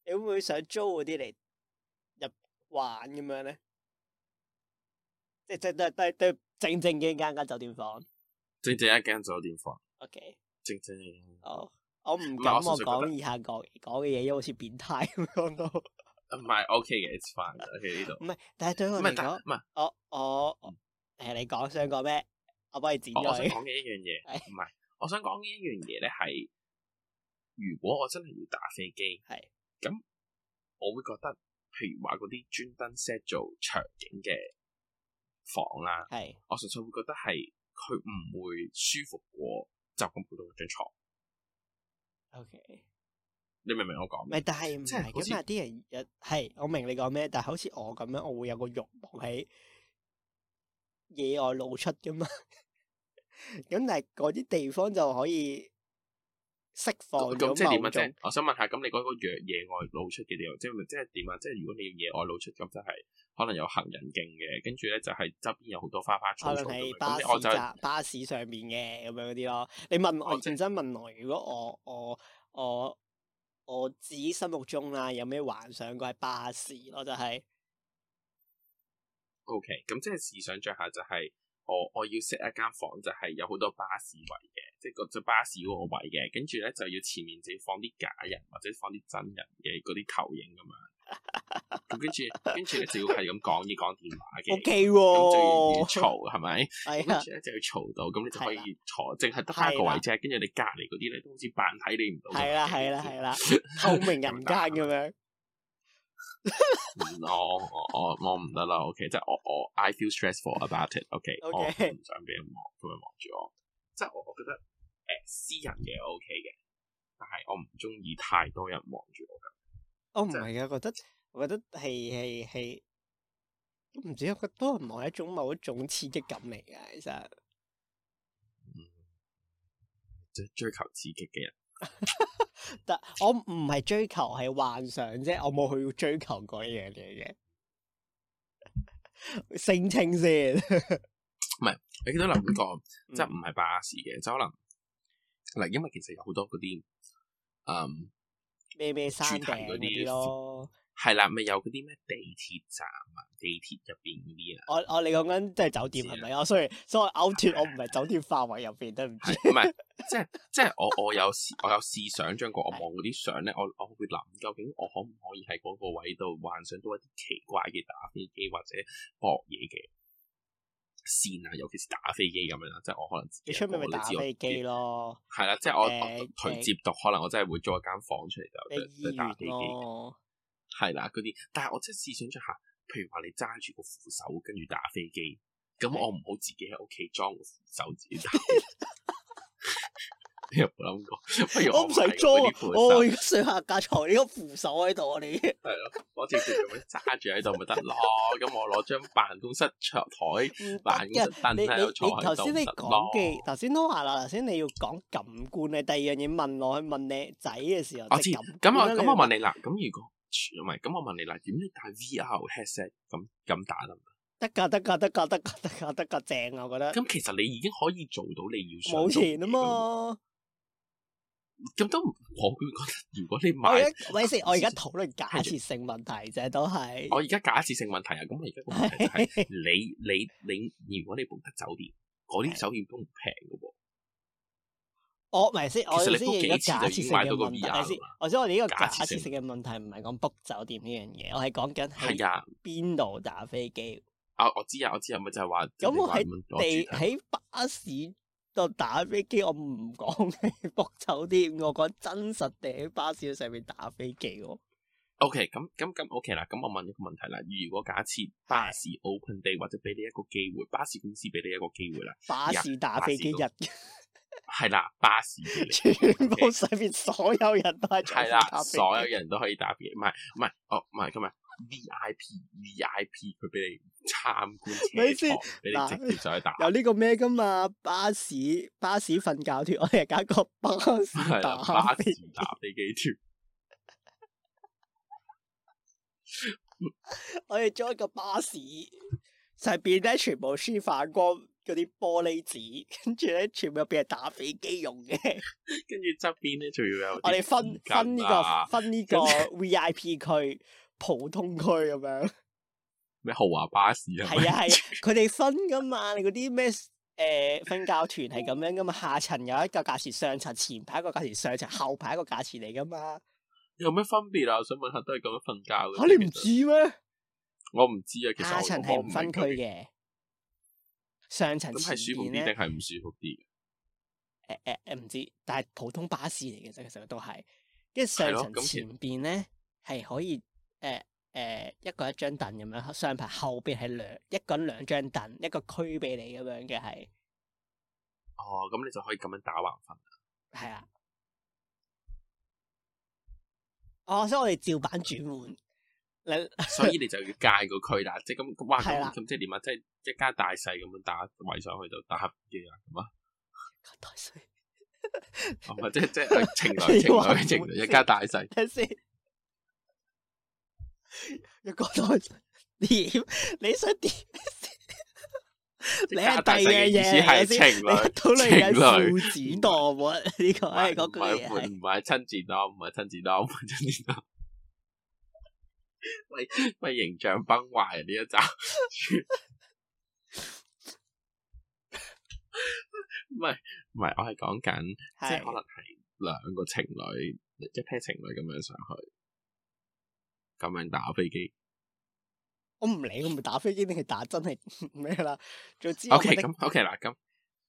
你會唔會想租嗰啲嚟入玩咁樣咧？即係即係都係都係都係正正經經間酒店房。
正正一間酒店房，
OK。
正正一間。
哦，我唔
係
敢
我
我
純粹覺得
講以下講講嘅嘢，因為好似變態咁講 到。
唔係 OK 嘅，it's fine。OK 呢度
唔係，但係對我
唔
嚟
係但
講，
唔係
我我誒你講想講咩？我幫你剪
我我想
咗
講嘅一樣嘢，
係
唔係我想講嘅一樣嘢咧係，如果我真係要打飛機，
係
咁我會覺得，譬如話嗰啲專登 set 做場景嘅房啦。
佢。係
我純粹會覺得係佢唔會舒服過就咁普通嗰張床。
OK，
你明唔明我講
唔
咩？
係，但係唔
即係
係
好似
咁啊？啲人有係我明你講咩，但係好似我咁樣，我會有個慾望喺野外露出噶嘛。 咁但係嗰啲地方就可以釋放
咁咁即係
咗
點
哦某
啊？即
種
係我想問下，咁你嗰個野野外露出嘅地方，即係即係點啊？即係如果你要野外露出，咁就係可能有行人徑嘅，跟住咧就係周邊有好多花花草
可
草
能
咁樣
喺
咁
巴
你我
士
就
站、巴士上面嘅咁樣嗰啲咯。你問我
哦即係
認真問我，如果我我我我自己心目中啦，有咩幻想過係巴士咯？就係
O K。咁即係試想像下，就係我我要 set 一間房，就係有好多巴士位嘅，即係個即係巴士嗰個位嘅，跟住咧就要前面就要放啲假人或者放啲真人嘅嗰啲投影咁樣。咁跟住跟住咧就要係咁講嘢講電話嘅。
O K
咁就要
喎，
嘈係咪？
係
跟
啊，
住咧就要嘈到，咁你就可以
係
坐，淨係得翻一個
係
位
啦
啫。跟住你隔離嗰啲咧都好似扮睇你唔到嗯咁樣。
係啦，係啦， 係啦，透明人間咁樣。
嗯。我我我我唔得啦，OK，即係我我 I feel stressful about it，OK，
OK
我唔想俾人望咁樣望住我。即係我我覺得誒私人嘅 OK 嘅，但係我唔中意太多人望住我咁。
我唔
即係
係啊，覺得我覺得係係係，都唔知我覺得多人望係一種某一種刺激感嚟嘅，其實。
嗯，即係追求刺激嘅人。
但我唔係追求係幻想啫，我冇去追求嗰樣嘢嘅。聲稱先，
你都諗過？
嗯
即係唔係巴士嘅，即係可能嗱，因為其實有好多嗰啲，嗯，
咩咩山
主題
頂
嗰啲
嗰啲咯，
係啦，咪有嗰啲咩地鐵站啊，地鐵入邊嗰啲啊。
我我你講緊即係酒店係咪？我雖然所以我嘔脱，我唔係酒店範圍入邊，對唔住。
係唔係？即係即係我我有試我有試想像過，我望嗰啲相咧，我我會諗究竟我可唔可以喺嗰個位度幻想到一啲奇怪嘅打飛機或者搏嘢嘅線啊，尤其是打飛機咁樣啦，即係我可能自己
你
一
出面
個
咪打飛機。咯，
係啦，即係我我
誒
頹接讀，可能我真係會租一間房出嚟
你
就
醫
就打飛
院
機嘅。
咯，
係啦，嗰啲，但係我真係試想咗下，譬如話你揸住個扶手跟住打飛機，咁我唔好自己喺屋企裝個扶手自己 打。你有冇諗過？不如
我唔
買
使
嗰啲
租啊
扶！手
我而家上下架床，你個扶手喺度啊！你
係咯，我直接咁樣揸住喺度咪得咯。咁我攞張辦公室桌台、
唔得
辦公
嘅
室。凳
你
喺
你
度坐
你
喺
頭
度
先
咪
你
得
講嘅
咯。
頭先都話啦，頭先你要講感官咧，第二樣嘢問我去問你仔嘅時候，
我
即
知，
係
咁
感
我
官
咁
咧
我問你啦，咁如果唔係咁我問你啦，點你戴 VR headset 咁咁打得唔得？
得㗎得㗎得㗎得㗎得㗎得㗎正啊！我覺得
咁其實你已經可以做到你要想
冇
做嘅
錢啊
嘢㗎啦
嘛。
咁都唔我會覺得，如果你
我而
買，
家喂先，我而家討論假設性問題啫，都係
我而家假設性問題啊，咁我而家個問 題就係、你你你，如果你 book 得酒店，嗰啲酒店都唔平嘅喎。
我咪先，我
其實
先
你都
而家
幾次
假
就
設
已經
性
買
嘅
到個
問題
VR
等陣先
啦，
我想我哋呢個假
假設性
設性嘅問題唔係講 book 酒店呢樣嘢，我係講緊
係
喺
啊，
邊度打飛機，
啊我知啊，我知啊，咪就係話
咁我喺
地
地 喺巴士度打飛機，我唔講係 book 酒店，我講真實地喺巴士上面打飛機喎。
OK，咁咁咁 OK 啦，咁我問一個問題啦，如果假設巴士 open day 或者俾你一個機會，巴士公司俾你一個機會啦，
巴士打飛機日，
係啦，巴士俾你。
全部上面所有人都係坐
係
住
啦，
打飛
所有
機。
人都可以打嘅，唔係唔係，哦唔係咁係 V I P V I P，佢俾你參觀
咪
車
先
廠，俾你直接上去打。
有呢個咩噶嘛？巴士巴士瞓覺脱，我哋搞個巴
係
士
啦，
打
巴
飛
士
機。
打飛機添，
我哋裝一個巴士，上邊咧全部輸反光嗰啲玻璃紙，跟住咧全部入邊係打飛機用嘅。
跟住側邊咧仲要有啲
我哋分
紙巾
分呢、
啊
個分呢個 V I P 區、普通區咁樣。
咩豪華巴士啊，
係啊係啊，佢哋分噶嘛，你嗰啲咩？誒瞓覺團係咁樣噶嘛，下層有一個價錢，上層前排一個價錢，上層後排一個價錢嚟噶嘛。
有咩分別啊？我想問下，都係咁樣瞓覺嘅
嚇、
啫。
你唔
其實
知咩？
我唔知啊，其實
下層
我
係
我
唔
明
分區
佢
嘅，上層
咁係
前
舒服
邊
啲定
咧，
係唔舒服啲？
誒誒誒唔知，但係普通巴士嚟嘅啫，其實都係。跟住
係
上
咯
層
咁其
前邊咧係可以誒誒、呃一個一張凳咁樣，上排後邊係兩一個人兩張凳，一個區俾你咁樣嘅係
哦，咁你就可以咁樣打橫瞓。
係啊。哦，所以我哋照板轉換，你
所以你就要界個區啦，即係咁哇咁
係啦
咁即係點啊？即係一家大細咁樣打圍上去就打飛機啊咁啊，
大細
係哦咪即係即係情 侶情侶情侶一家大細，
睇先，一個袋點？你想點？
一
你
家
係第
大
二
細嘅
樣
意
嘢
思
嚟嘅
係
先，
情
你
侶
討論
情侶
緊父子檔喎？呢個係
唔
嗰句
係
嘢
唔係
係
唔係親子檔，唔係親子檔，唔係親子檔。 喂喂，形象崩壞啊呢一集。 唔係唔係，我係講緊，即係可能
係啊
係兩個情侶，一 pair 情侶咁樣上去，咁樣打飛機。
我唔理，我唔打飛機定係打真係 咩啦？總之我
OK，
覺得
咁 OK 啦，咁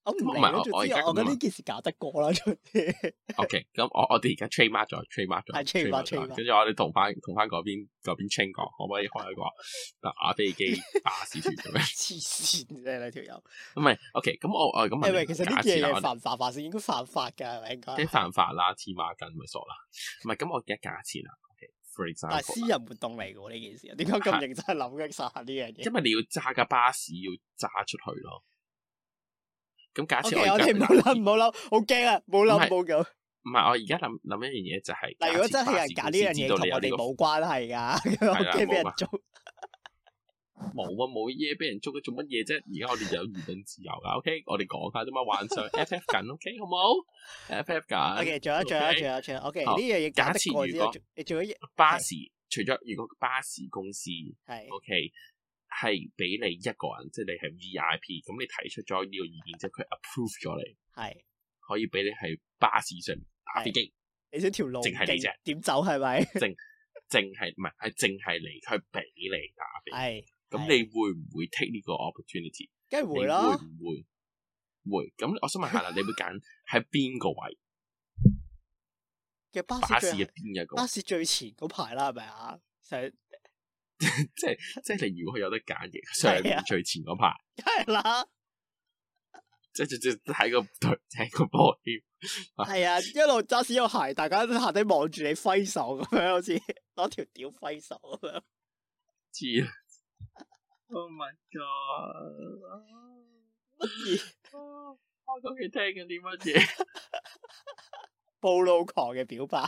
我唔理
唔係
咯。
我
總之
我而家
我覺
咁
得
啊
呢件事搞得過啦。 總之
OK，咁我我哋而家 trademark 咗，trademark 咗
係
咗
trademark，trademark
跟住我哋同翻同翻嗰邊嗰邊 train 講，可唔可以開一個打飛 機巴士團咁樣？
黐線啫，你條友。
唔係，OK，咁我我咁
誒
問
喂，
你，
其實呢
假
樣
設啦，啊
嘢啊
我哋
犯唔犯法先？應該犯法㗎，係咪應該啊
即係？犯法啦，黐孖筋咪傻啦，唔係咁我而家假設啦，OK，for
但係私
example，
人活動嚟嘅喎呢件事，點解咁
係
認真去諗嘅實行呢樣嘢？
因為你要揸架巴士要揸出去咯，咁假設
O K，我
而家
哋唔好諗，唔好諗，好驚啊！冇
唔
諗
係
冇咁。
唔係我而家諗諗一樣嘢就係，
嗱，如果真係有人揀呢樣嘢，同我哋冇關係㗎，我
係啦
驚俾人
冇啊
捉。
冇啊，冇嘢俾人捉咗做乜嘢啫？而家我哋有言論自由啦，OK，我哋講下啫嘛， 幻想 FF 緊，OK，好冇？FF
O
緊
K，仲有仲有
啊 OK
仲有仲有，O K，呢
好
樣嘢
假
搞得
設
過
如
之後
果，
你仲有一
巴士除咗如果巴士公司
係
OK 係俾你一個人，即係你係 VIP，咁你提出咗呢個意見之後，佢 approve 咗你，
係，
可以俾你喺巴士上面打飛機，
你想條路
淨係你
勁
啫
點走係咪？
淨係唔係係淨係你，佢俾你打飛機。
係，
咁
係
你會唔會 take 呢個 opportunity？
梗
你
係
會
會啦，
唔會？會。咁我想問下啦，你會揀喺邊個位？
嘅巴
巴士
士
嘅
最
邊一個？
巴士最前嗰排啦，係 咪啊？成
即係即係你如果有得揀 嘅，上
啊
面最前嗰排，
梗係啦，
即係即即睇個隊睇個波添。
係啊，一路揸屎有鞋，大家都下低望住你揮手咁樣，好似攞條屌揮手咁樣。
知啊！Oh my god！
乜嘢
我究竟聽緊啲乜 嘢？
暴露狂嘅表 白？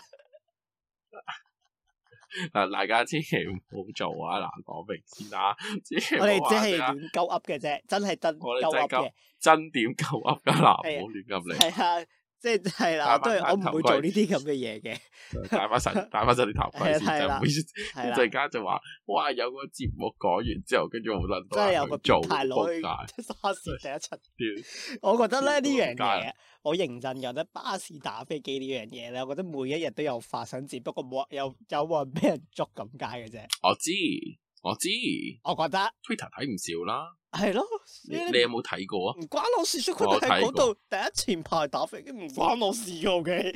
嗱，啊大家千祈唔好做啊！嗱，講明先啦，千祈唔好
我哋只
玩
係
啊
亂鳩噏嘅啫，真係真
我
鳩
哋真係
噏嘅，
真點夠噏噶嗱，
係
唔
啊
好亂噏嚟，
係啊，即係係
戴
啦，
翻
都係我
頭
唔會
盔
做呢啲咁嘅嘢嘅，
戴翻晒戴翻晒啲頭盔先，
係
就唔
啦
好一
係啦，
陣間就話哇有個節目講完之後，跟住好撚多
真係
人
有個
啊去
變
做，仆
態佬
街
去巴士第一層。
屌
我覺得咧呢樣
點解啊
嘢，我認真覺得巴士打飛機呢樣嘢咧，我覺得每一日都有發生，只不過冇有有冇人俾人捉咁解嘅啫。
我知我知
我覺得
，Twitter 睇唔少啦，
係咯，
你
呢啲
你有冇睇過啊？
唔關我事，所以佢
我
哋喺
睇
嗰度第一前排打飛機，唔關我事嘅，OK？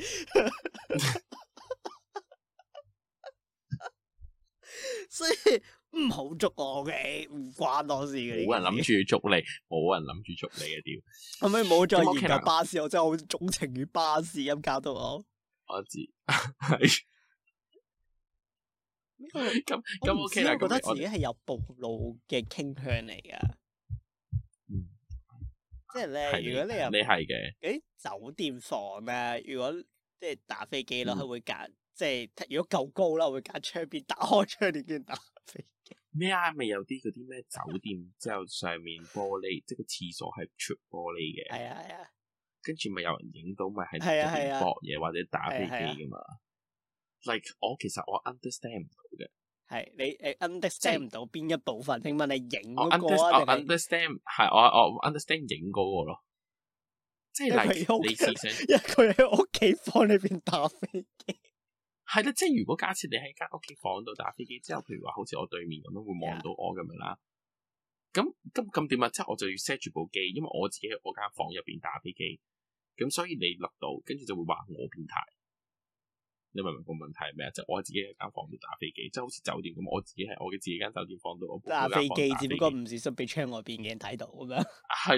所以唔好捉我嘅，唔關我事嘅。
冇人諗
住，
住捉你，冇人諗住捉你嘅屌！
可唔可以唔好再
咁
研
OK
究
啦
巴士？我真係好鍾情於巴士咁搞到我。
我知， 係
呢個
咁
我
咁
唔
OK
知
啦。
我覺得
咁
自
我
己
哋
係有暴露嘅傾向嚟噶，
嗯
即係
係
咧，
你
如果你
你
入
係嘅，
嗰啲酒店房咧，如果即係打飛機咯，
嗯
佢會揀即係如果夠高啦，我會揀窗邊打開窗簾 跟住打飛機。
咩啊？咪有啲嗰啲咩酒店之後上面玻璃，即係個廁所係全玻璃嘅，
係啊係啊，
跟住咪有人影到咪喺
係啊
嗰
係
邊
啊
搏嘢或者打飛
係啊係
機噶嘛？Like 我其實我 understand 唔到嘅，
係你誒
即
understand
係
唔到邊一部分？請問你影
我
嗰
under
個啊
我
定
哦
係
understand 係我我 understand 影嗰個咯，即係
因為佢
like 你試想。
因為佢喺屋企房裏邊打 飛機？
係啦，即係如果假設你喺間屋企房度打飛機之後，譬如話好似我對面咁樣會望到我咁樣啦，咁咁咁點啊？即係我就要 set 住部機，因為我自己喺我間房入邊打飛機，咁所以你錄到，跟住就會話我變態。你明唔明個問題係咩啊？就我自己喺間房度打飛機，即係好似酒店咁，我自己喺我嘅自己間酒店房度，我
打飛機，只不過
係
唔小心俾窗外邊嘅人睇到咁樣。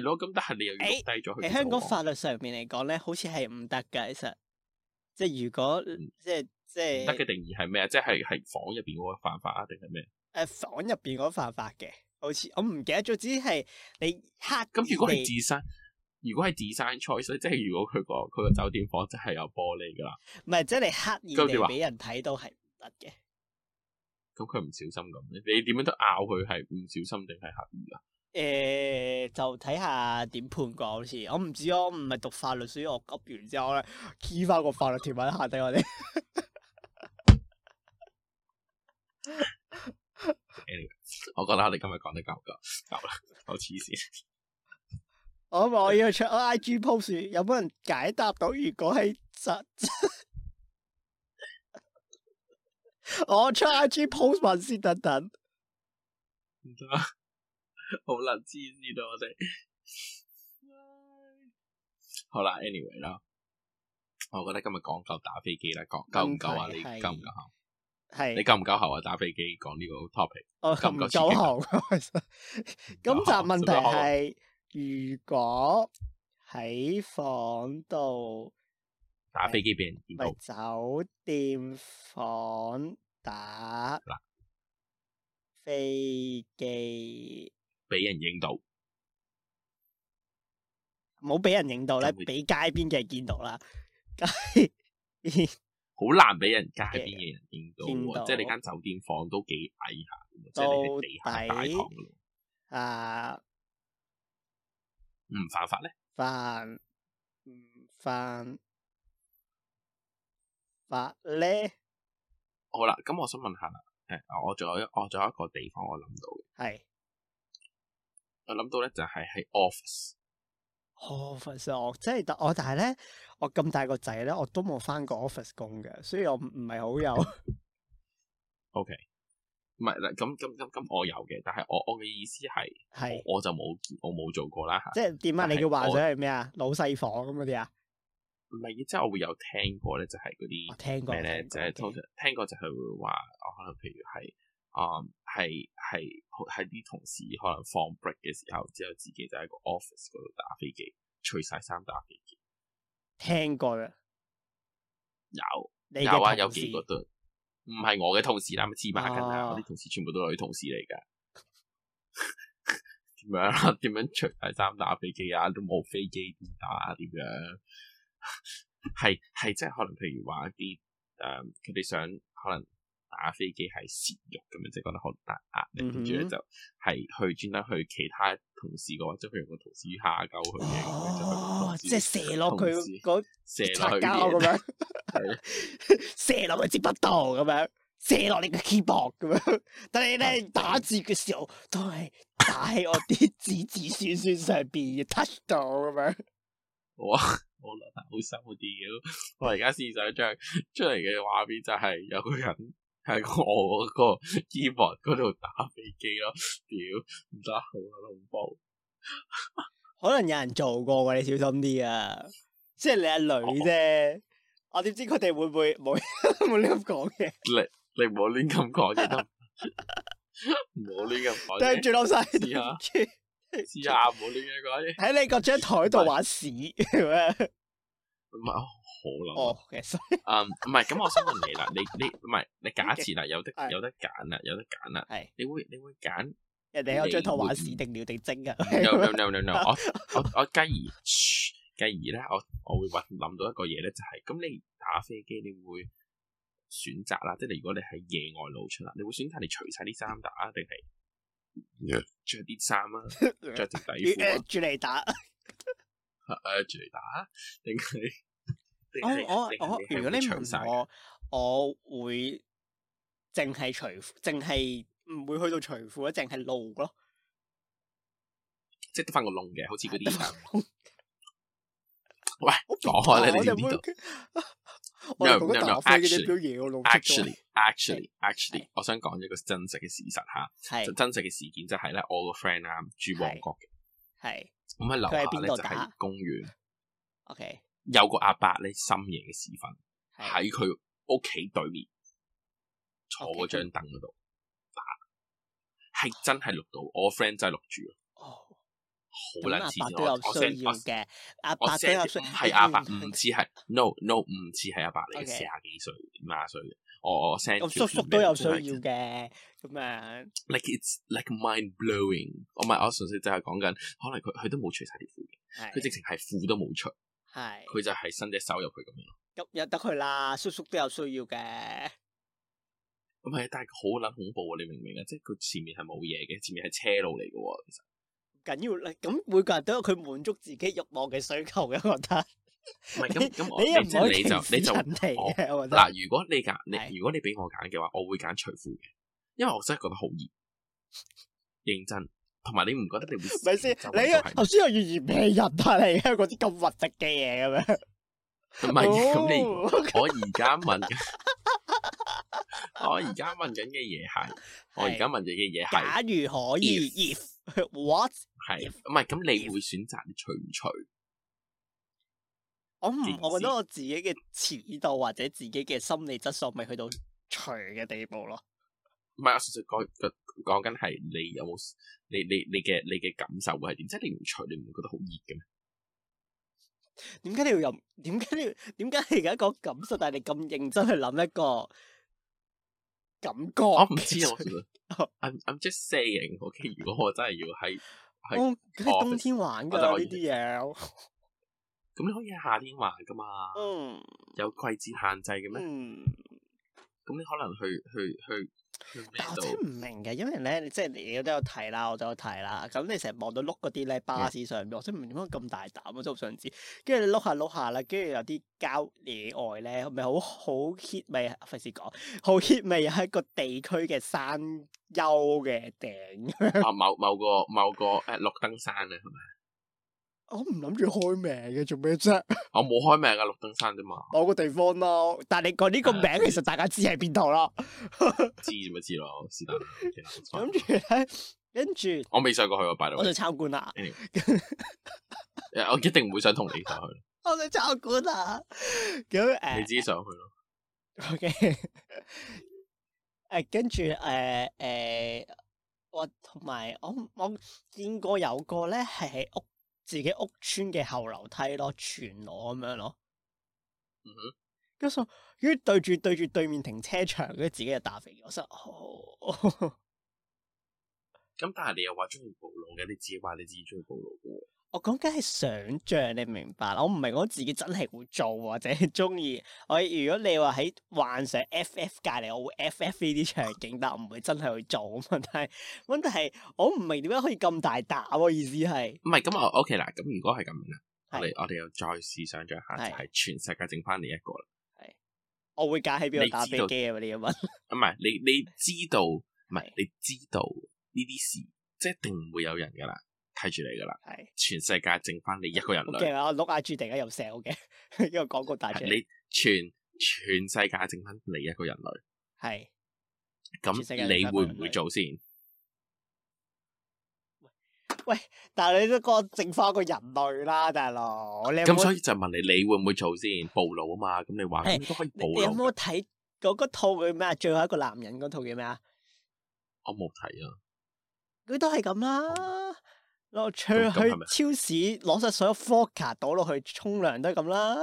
咯。咁但係你又要錄低咗佢。
喺香港法律上面嚟講咧，好似係唔得㗎。其實即係如果即係即
嗯唔得嘅
係
定義係咩啊？
嗯
即係係房入邊嗰個犯法啊，定係咩？
誒房呃入邊嗰犯法嘅，好似我唔記得咗，只係你刻
咁如果係
意
自身，如果係 design choice，即係如果佢個佢個酒店房真係有玻璃噶啦，
地唔係即係你刻意
咁點
地
啊
俾人睇到係唔得嘅。
咁佢唔小心咁，你點樣都拗佢係唔小心定係刻意啊？
誒、呃就睇下點判啩，好似我唔知，啊我唔係讀法律，所以我噏完之後咧，key 翻個法律條文下低我哋。
我覺得我哋今日講得夠㗎，夠啦，好黐線。
我我要出 IG post，有冇人解答到？如果係實， 我出 IG post 問先，等等。
唔得，好撚黐線啊！我哋好啦，anyway 啦，我覺得今日講夠打飛機啦，講夠唔夠啊？
問題
你
係
夠唔夠喉？你
係，
夠唔夠喉啊？打飛機講呢個 topic，
我唔
夠唔夠
夠喉。 咁就
哦
問題係，如果喺房度
打飛機俾人見
咪
到。
酒店房打飛機，
俾人影到，
冇俾人影到咧，
咁會
俾街邊嘅人見到啦。
好難俾人街邊嘅人見到
見
喎，
到
即係你間酒店房都幾矮下嘅喎，即
到
係你係地下大堂嘅咯，
啊！
唔犯法咧？
犯唔
mm,
犯法咧？
好啦，咁我想問下啦，诶，我仲有一我仲有一個地方我諗到嘅，
係
我諗到咧就係喺 office。
office 啊我即係但我但係咧，我咁大個仔咧，我都冇翻過 office 工嘅，所以我唔唔係好有。
哦唔係嗱，咁咁咁咁我有嘅，但係我我嘅意思係，
係
我我就冇見我冇做過啦吓。
即係點
但
啊？
係
你嘅幻
我
想係咩啊？老細房咁嗰啲啊？
唔係，即係我會有聽過咧，就係嗰
我
啲
聽過。
咩咧，
聽
就
過
係
OK
通常聽過就係會話，我可能譬如係，啊係係係啲同事可能放 break 嘅時候，之後自己就喺個 office 嗰度打飛機，除晒衫打飛機。
聽過嘅。
有
你
有啊，
嘅
有
同事
幾個都唔係我嘅同事啦，咪黐孖筋啊！
啊
我啲同事全部都係女同事嚟噶。 點樣啊？ 點樣除大衫打飛機啊？都冇飛機點打啊？點樣？ 係係即係可能譬如話啲誒，佢哋想可能打飛機係泄慾咁樣，即係覺得好大壓力，跟住咧
嗯哼
就係去專登去其他同事嘅話，即係譬如個同事下鳩佢嘅咁樣，就去個
哦
同，事
即係射落佢
同事
嗰
射
擦
落去
膠
啲
咁
嘢
樣，射落去支筆度咁樣，射落你個 keyboard 咁樣。但係咧打字嘅時候都係打喺我啲指指酸酸上邊，touch 到咁樣。
哇！ 我諗得好深嗰啲嘅， 我而家試想像出嚟嘅畫面就係有個人喺我嗰個 keyboard 嗰度打飛機咯，屌唔得好恐怖！
可能有人做過嘅，你小心啲啊！即係你阿女
哦
啫，我點知佢哋會唔會冇 冇呢咁講嘅？
你唔好亂咁講嘢得 唔得，唔好亂咁講
對唔
嘢，
住老細，
試下
對唔住
試下唔好亂咁講嘢。
喺你個張台度玩屎咁樣。
唔係好諗
哦，其實
啊，嗯，唔係咁，我想問你啦，你你唔係你假設啦，有得
係
有得揀啦，有得揀啦，
係
你會你會揀
人哋有張台玩
你
屎定尿定精啊！
no no no no no，我我我繼而噓繼而咧，我我會揾諗到一個嘢咧，就係、咁你打飛機，你會選擇啦，即係你如果你係野外露出啦，你會選擇你除晒啲衫打啊定係着啲衫啊， 着條底褲
要
啊
呃，住嚟打。
誒住嚟打啊，定係定
我
係
我
定係
我，
係
如果你
會除晒嘅
問我，我會淨係除，淨係唔會去到除褲咯，淨係露咯。
即係得翻個窿嘅，好似嗰啲衫。
啲
喂，講開咧，
我
你知唔知道？
哋我哋
No,
講緊
no,
打
no,
飛機
actually-
啲表嘢，我露出 咗
Actually, actually, actually，我想講一個真實嘅事實嚇，就
係
真實嘅事件就係咧，我個 friend 啊住旺角嘅，
係
咁喺樓
佢喺
下
邊
咧
度
就
打
係公園，
OK
有個阿伯咧深夜嘅時分
係
喺佢屋企對面坐嗰
OK，
張凳嗰度打，係真係錄到，我個 friend 真係錄住，
哦，
好
咁
撚
阿
黐
伯
線，
都
我
有
我
需
send
要
我
嘅，阿
我
伯都
send
有需
唔係阿 伯，唔似係 no no 唔似係阿伯嚟嘅，
OK
四廿幾歲五廿歲嘅，我我 send
咁
住
叔叔都有需要
email
嘅，咁樣
like it's like mind blowing。我唔係，我純粹就係講緊，可能佢佢都冇除晒條褲嘅，佢直
係
情係褲都冇除，
係
佢就係伸隻手入去咁樣咯。
咁由得佢啦，叔叔都有需要嘅，
咁係，但係好撚恐怖啊！你明唔明啊？即係佢前面係冇嘢嘅，前面係車路嚟嘅喎。其實
唔緊要啦。咁每個人都有佢滿足自己慾望嘅需求嘅，我覺得。
唔係 咁咁，我
你又唔
即係
可
哦
以
你
歧
就
視
你就哦
人哋嘅，我覺得。
嗱，如果你揀
係
你如果你俾我揀嘅話，我會揀除褲嘅，因為我真係覺得好熱，認真。同埋你唔覺得你會
咪先？
周圍
你
都
啊
係
頭先又嫌棄人啊！你而家嗰啲咁核突嘅嘢咁樣，
唔係咁你？
哦
我而家問緊，我而家問緊嘅嘢係，我而家問緊嘅嘢係。
假如可以
If
if what？
系
If-
唔係咁？你
if-
會選擇你除唔除？
我唔
件，事
我覺得我自己嘅尺度或者自己嘅心理質素未去到除嘅地步咯。
唔係，我純粹講講講緊係你有冇你你你嘅你嘅感受會係點？即係你唔除，你唔會覺得好熱嘅咩？
點解你要入？點解你要？點解你而家講感受，但係你咁認真去諗一個感覺？
我唔知啊，我純
哦
粹 I'm I'm just saying。OK，如果我真係要喺係
我喺哦冬天玩㗎
我
呢
我
啲嘢。
咁，你可以喺夏天玩噶嘛？
嗯
有季節限制嘅咩？
嗯，
咁你可能去去去去咩
但我真係
度？
唔明嘅，因為咧，你即係你都有提啦，我都有提啦。咁你成日望到碌嗰啲咧，巴士上面，我真係唔明點解咁大膽，啊我真係好想知。跟住你碌下碌下啦，跟住有啲郊野外咧，咪好好 hit 咪費事講，好 hit 咪有一個地區嘅山丘嘅頂。
啊，某某個某個誒綠燈山啊，係咪？
我唔諗住開名嘅，做咩啫？
我冇開名啊，綠燈山啫嘛，
某個地方咯，但係你講呢 個名，其實大家知喺邊度啦。
知咪知咯，是但啦。OK 啦冇所謂
跟住咧，跟住
我未上過去喎，by the
我
way，
就參觀啦。
誒我一定唔會想同你上 去，
我哋差館啊，咁
你
诶
自己上去咯。
，OK，诶，跟住诶诶，誒我同埋我我見過有個咧係喺屋自己屋村嘅後樓梯咯，全裸咁樣咯，
嗯哼，
跟住我跟住對住對住對面停車場，跟住自己就打飛機，我心諗哦
咁但係你又話中意暴露嘅，你自己話你自己中意暴露嘅喎。
我講緊係想像，你明白？我唔係講自己真係會做或者係中意。我如果你話喺幻想 FF 隔離，我會 FF 呢啲場景，但我唔會真係去做啊嘛。但係 問題係，我唔明點解可以咁大膽喎、意思係
唔係咁我 OK 啦，咁如果係咁樣啦，我
係
哋我哋又再試想像下，
係
就係全世界剩翻你一個啦。
我會揀喺邊
你
度打
知
飛
道
機啊嘛？你要問
唔係你你知道，唔係
係
你知道呢啲事，即係一定唔會有人噶啦，睇住你噶啦。
係
全世界剩翻你一個人
好
類，
驚啊！啊我碌 IG 突然間有 sell 嘅， 呢個廣告打出
係
嚟
你全全世界剩翻你一個人類，
係
咁
全世界
你
剩返
會
我
唔
一
會
個人類
做先？
但係你都講剩翻個人類啦，大佬，你有
咁
冇
所以就問你，你會唔會做先？暴露啊嘛，咁你話
係
咁你都可以
你
暴
你有
露。
冇睇嗰嗰套嘅咩啊？最後一個男人嗰套叫咩啊？
我冇睇啊，
佢都係咁啦。落去去
哦咁咁係咪
超市攞晒所有 f o c a 倒落去沖涼都係咁啦。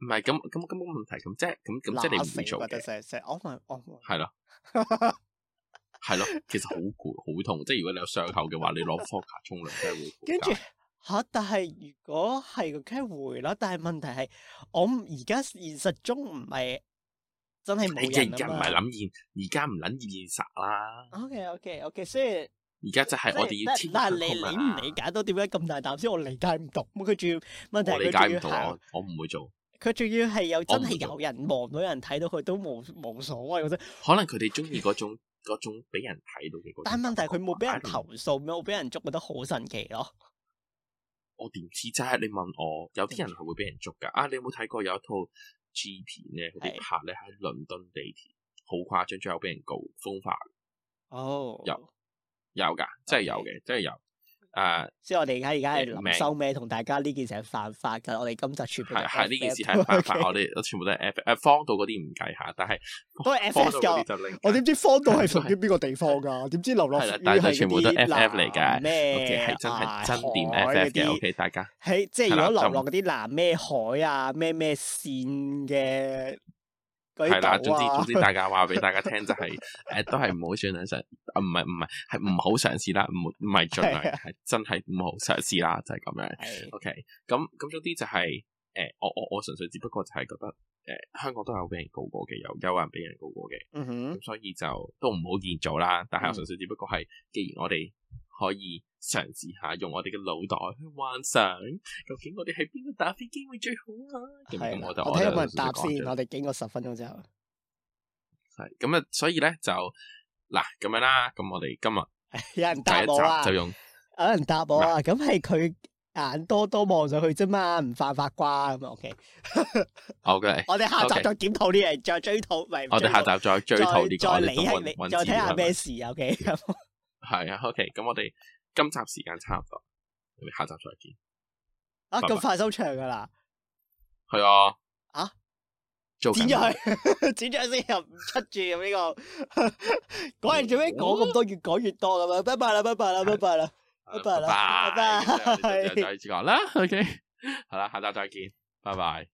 唔係咁咁咁冇問題，咁即係咁咁 即係你
乸
唔
死
會做
我覺得
嘅，哦
成成我咪我 咪
係 咯。係咯，其實好攰好痛，即係如果你有傷口嘅 話，你攞 f o c a 沖涼真係會好
跟住
尷尬
吓，但係如果係梗係回啦。但係問題係我唔而家現實中唔係真係
你
冇
而
人
家
啊
唔
嘛
係。諗現，而家唔諗現實啦，
O K O K O K，所以
而家就係我哋要
即係
天
但係
馬
你
行
理
空
唔
啊
理解到點解咁大膽先？我理解唔到。咁佢仲要問題
我
係
理
佢仲
解唔
要
到，
行
我。我唔會做。
佢仲要係有
我
真
唔
係
做
有人望到有人睇到佢都冇冇所謂，我覺得。
可能佢哋中意嗰種嗰種俾人睇到嘅嗰種
但係問題
感覺
佢冇俾人
但係
投訴咩？冇俾人捉，覺得好神奇咯。
我點知啫？你問我，有啲人係會俾人捉㗎。啊，你有冇睇過有一套 G 片咧？佢哋
係
拍咧喺倫敦地鐵，好誇張，最後俾人告風化。
哦
有有㗎，真係有嘅，真係有。啊誒
所以我哋而家而家係
明
臨收尾，同大家呢件事係犯法㗎。我哋今集全部
係係呢件事係
FF
犯法，
OK，
我哋全部都係 F 誒荒島嗰啲唔計下，但係
都係
荒島
FF
嗰啲
㗎。
就另
我點知荒島係
係都係
屬於邊個地方 㗎？點知流落
係啦
於
但係
係
全部都
嗰啲
FF 嚟嘅
南咩
OK 係真係
啊
真點
海
FF
嗰
嘅
啲
OK，大家
喺即係
係
如
啦
果流
就唔
落嗰啲南咩海啊、咩咩線嘅嗰
係
啲
啦。總
島
之
啊
總，之，大家話俾大家聽就係誒，都係唔好盡量嘗，啊唔係唔係係唔好嘗試啦，唔好唔係盡量
係啊
係真係唔好嘗試啦，就係咁樣。
係
OK，咁咁總之就係、誒、我我我純粹只不過就係覺得誒、呃香港都有俾人告過嘅，有有人俾人告過嘅，
嗯哼
咁。所以就都唔好建造啦。但係我
嗯
純粹只不過係，既然我哋可以嘗試下用我哋嘅腦袋去幻想，究竟我哋喺邊度打飛機會最好啊？咁
係
咁
啦
我就
我睇有冇人
就純粹
答
講咗
先，我哋經過十分鐘之後，
係咁啊，所以咧就嗱咁樣啦。咁我哋今日
有人
第
答
一
我啊
集，就用
有人答我啊，咁係佢眼多多望上去啫嘛，唔犯法啩咁啊 OK，
我嘅。
我哋下集
OK
再檢討呢樣，再追討，唔係
我哋下集再追
追
討
討
呢個，
再
我
再
哋
理
都
係
揾
你，
揾
再睇下
資料
咩事啊 OK，咁
係啊，OK，咁我哋今集時間差唔多，我哋下集再見。
啊
拜拜
咁快收場噶啦，
係啊，
啊，
做
剪
緊
咗佢， 剪咗佢先又唔出住咁 呢個，講人做咩講咁多，越講越多咁樣，拜拜啦，拜拜啦，拜拜啦，拜拜啦
拜拜，
拜拜
咁我哋就就係呢個啦，OK，好啦，下集再見，拜拜。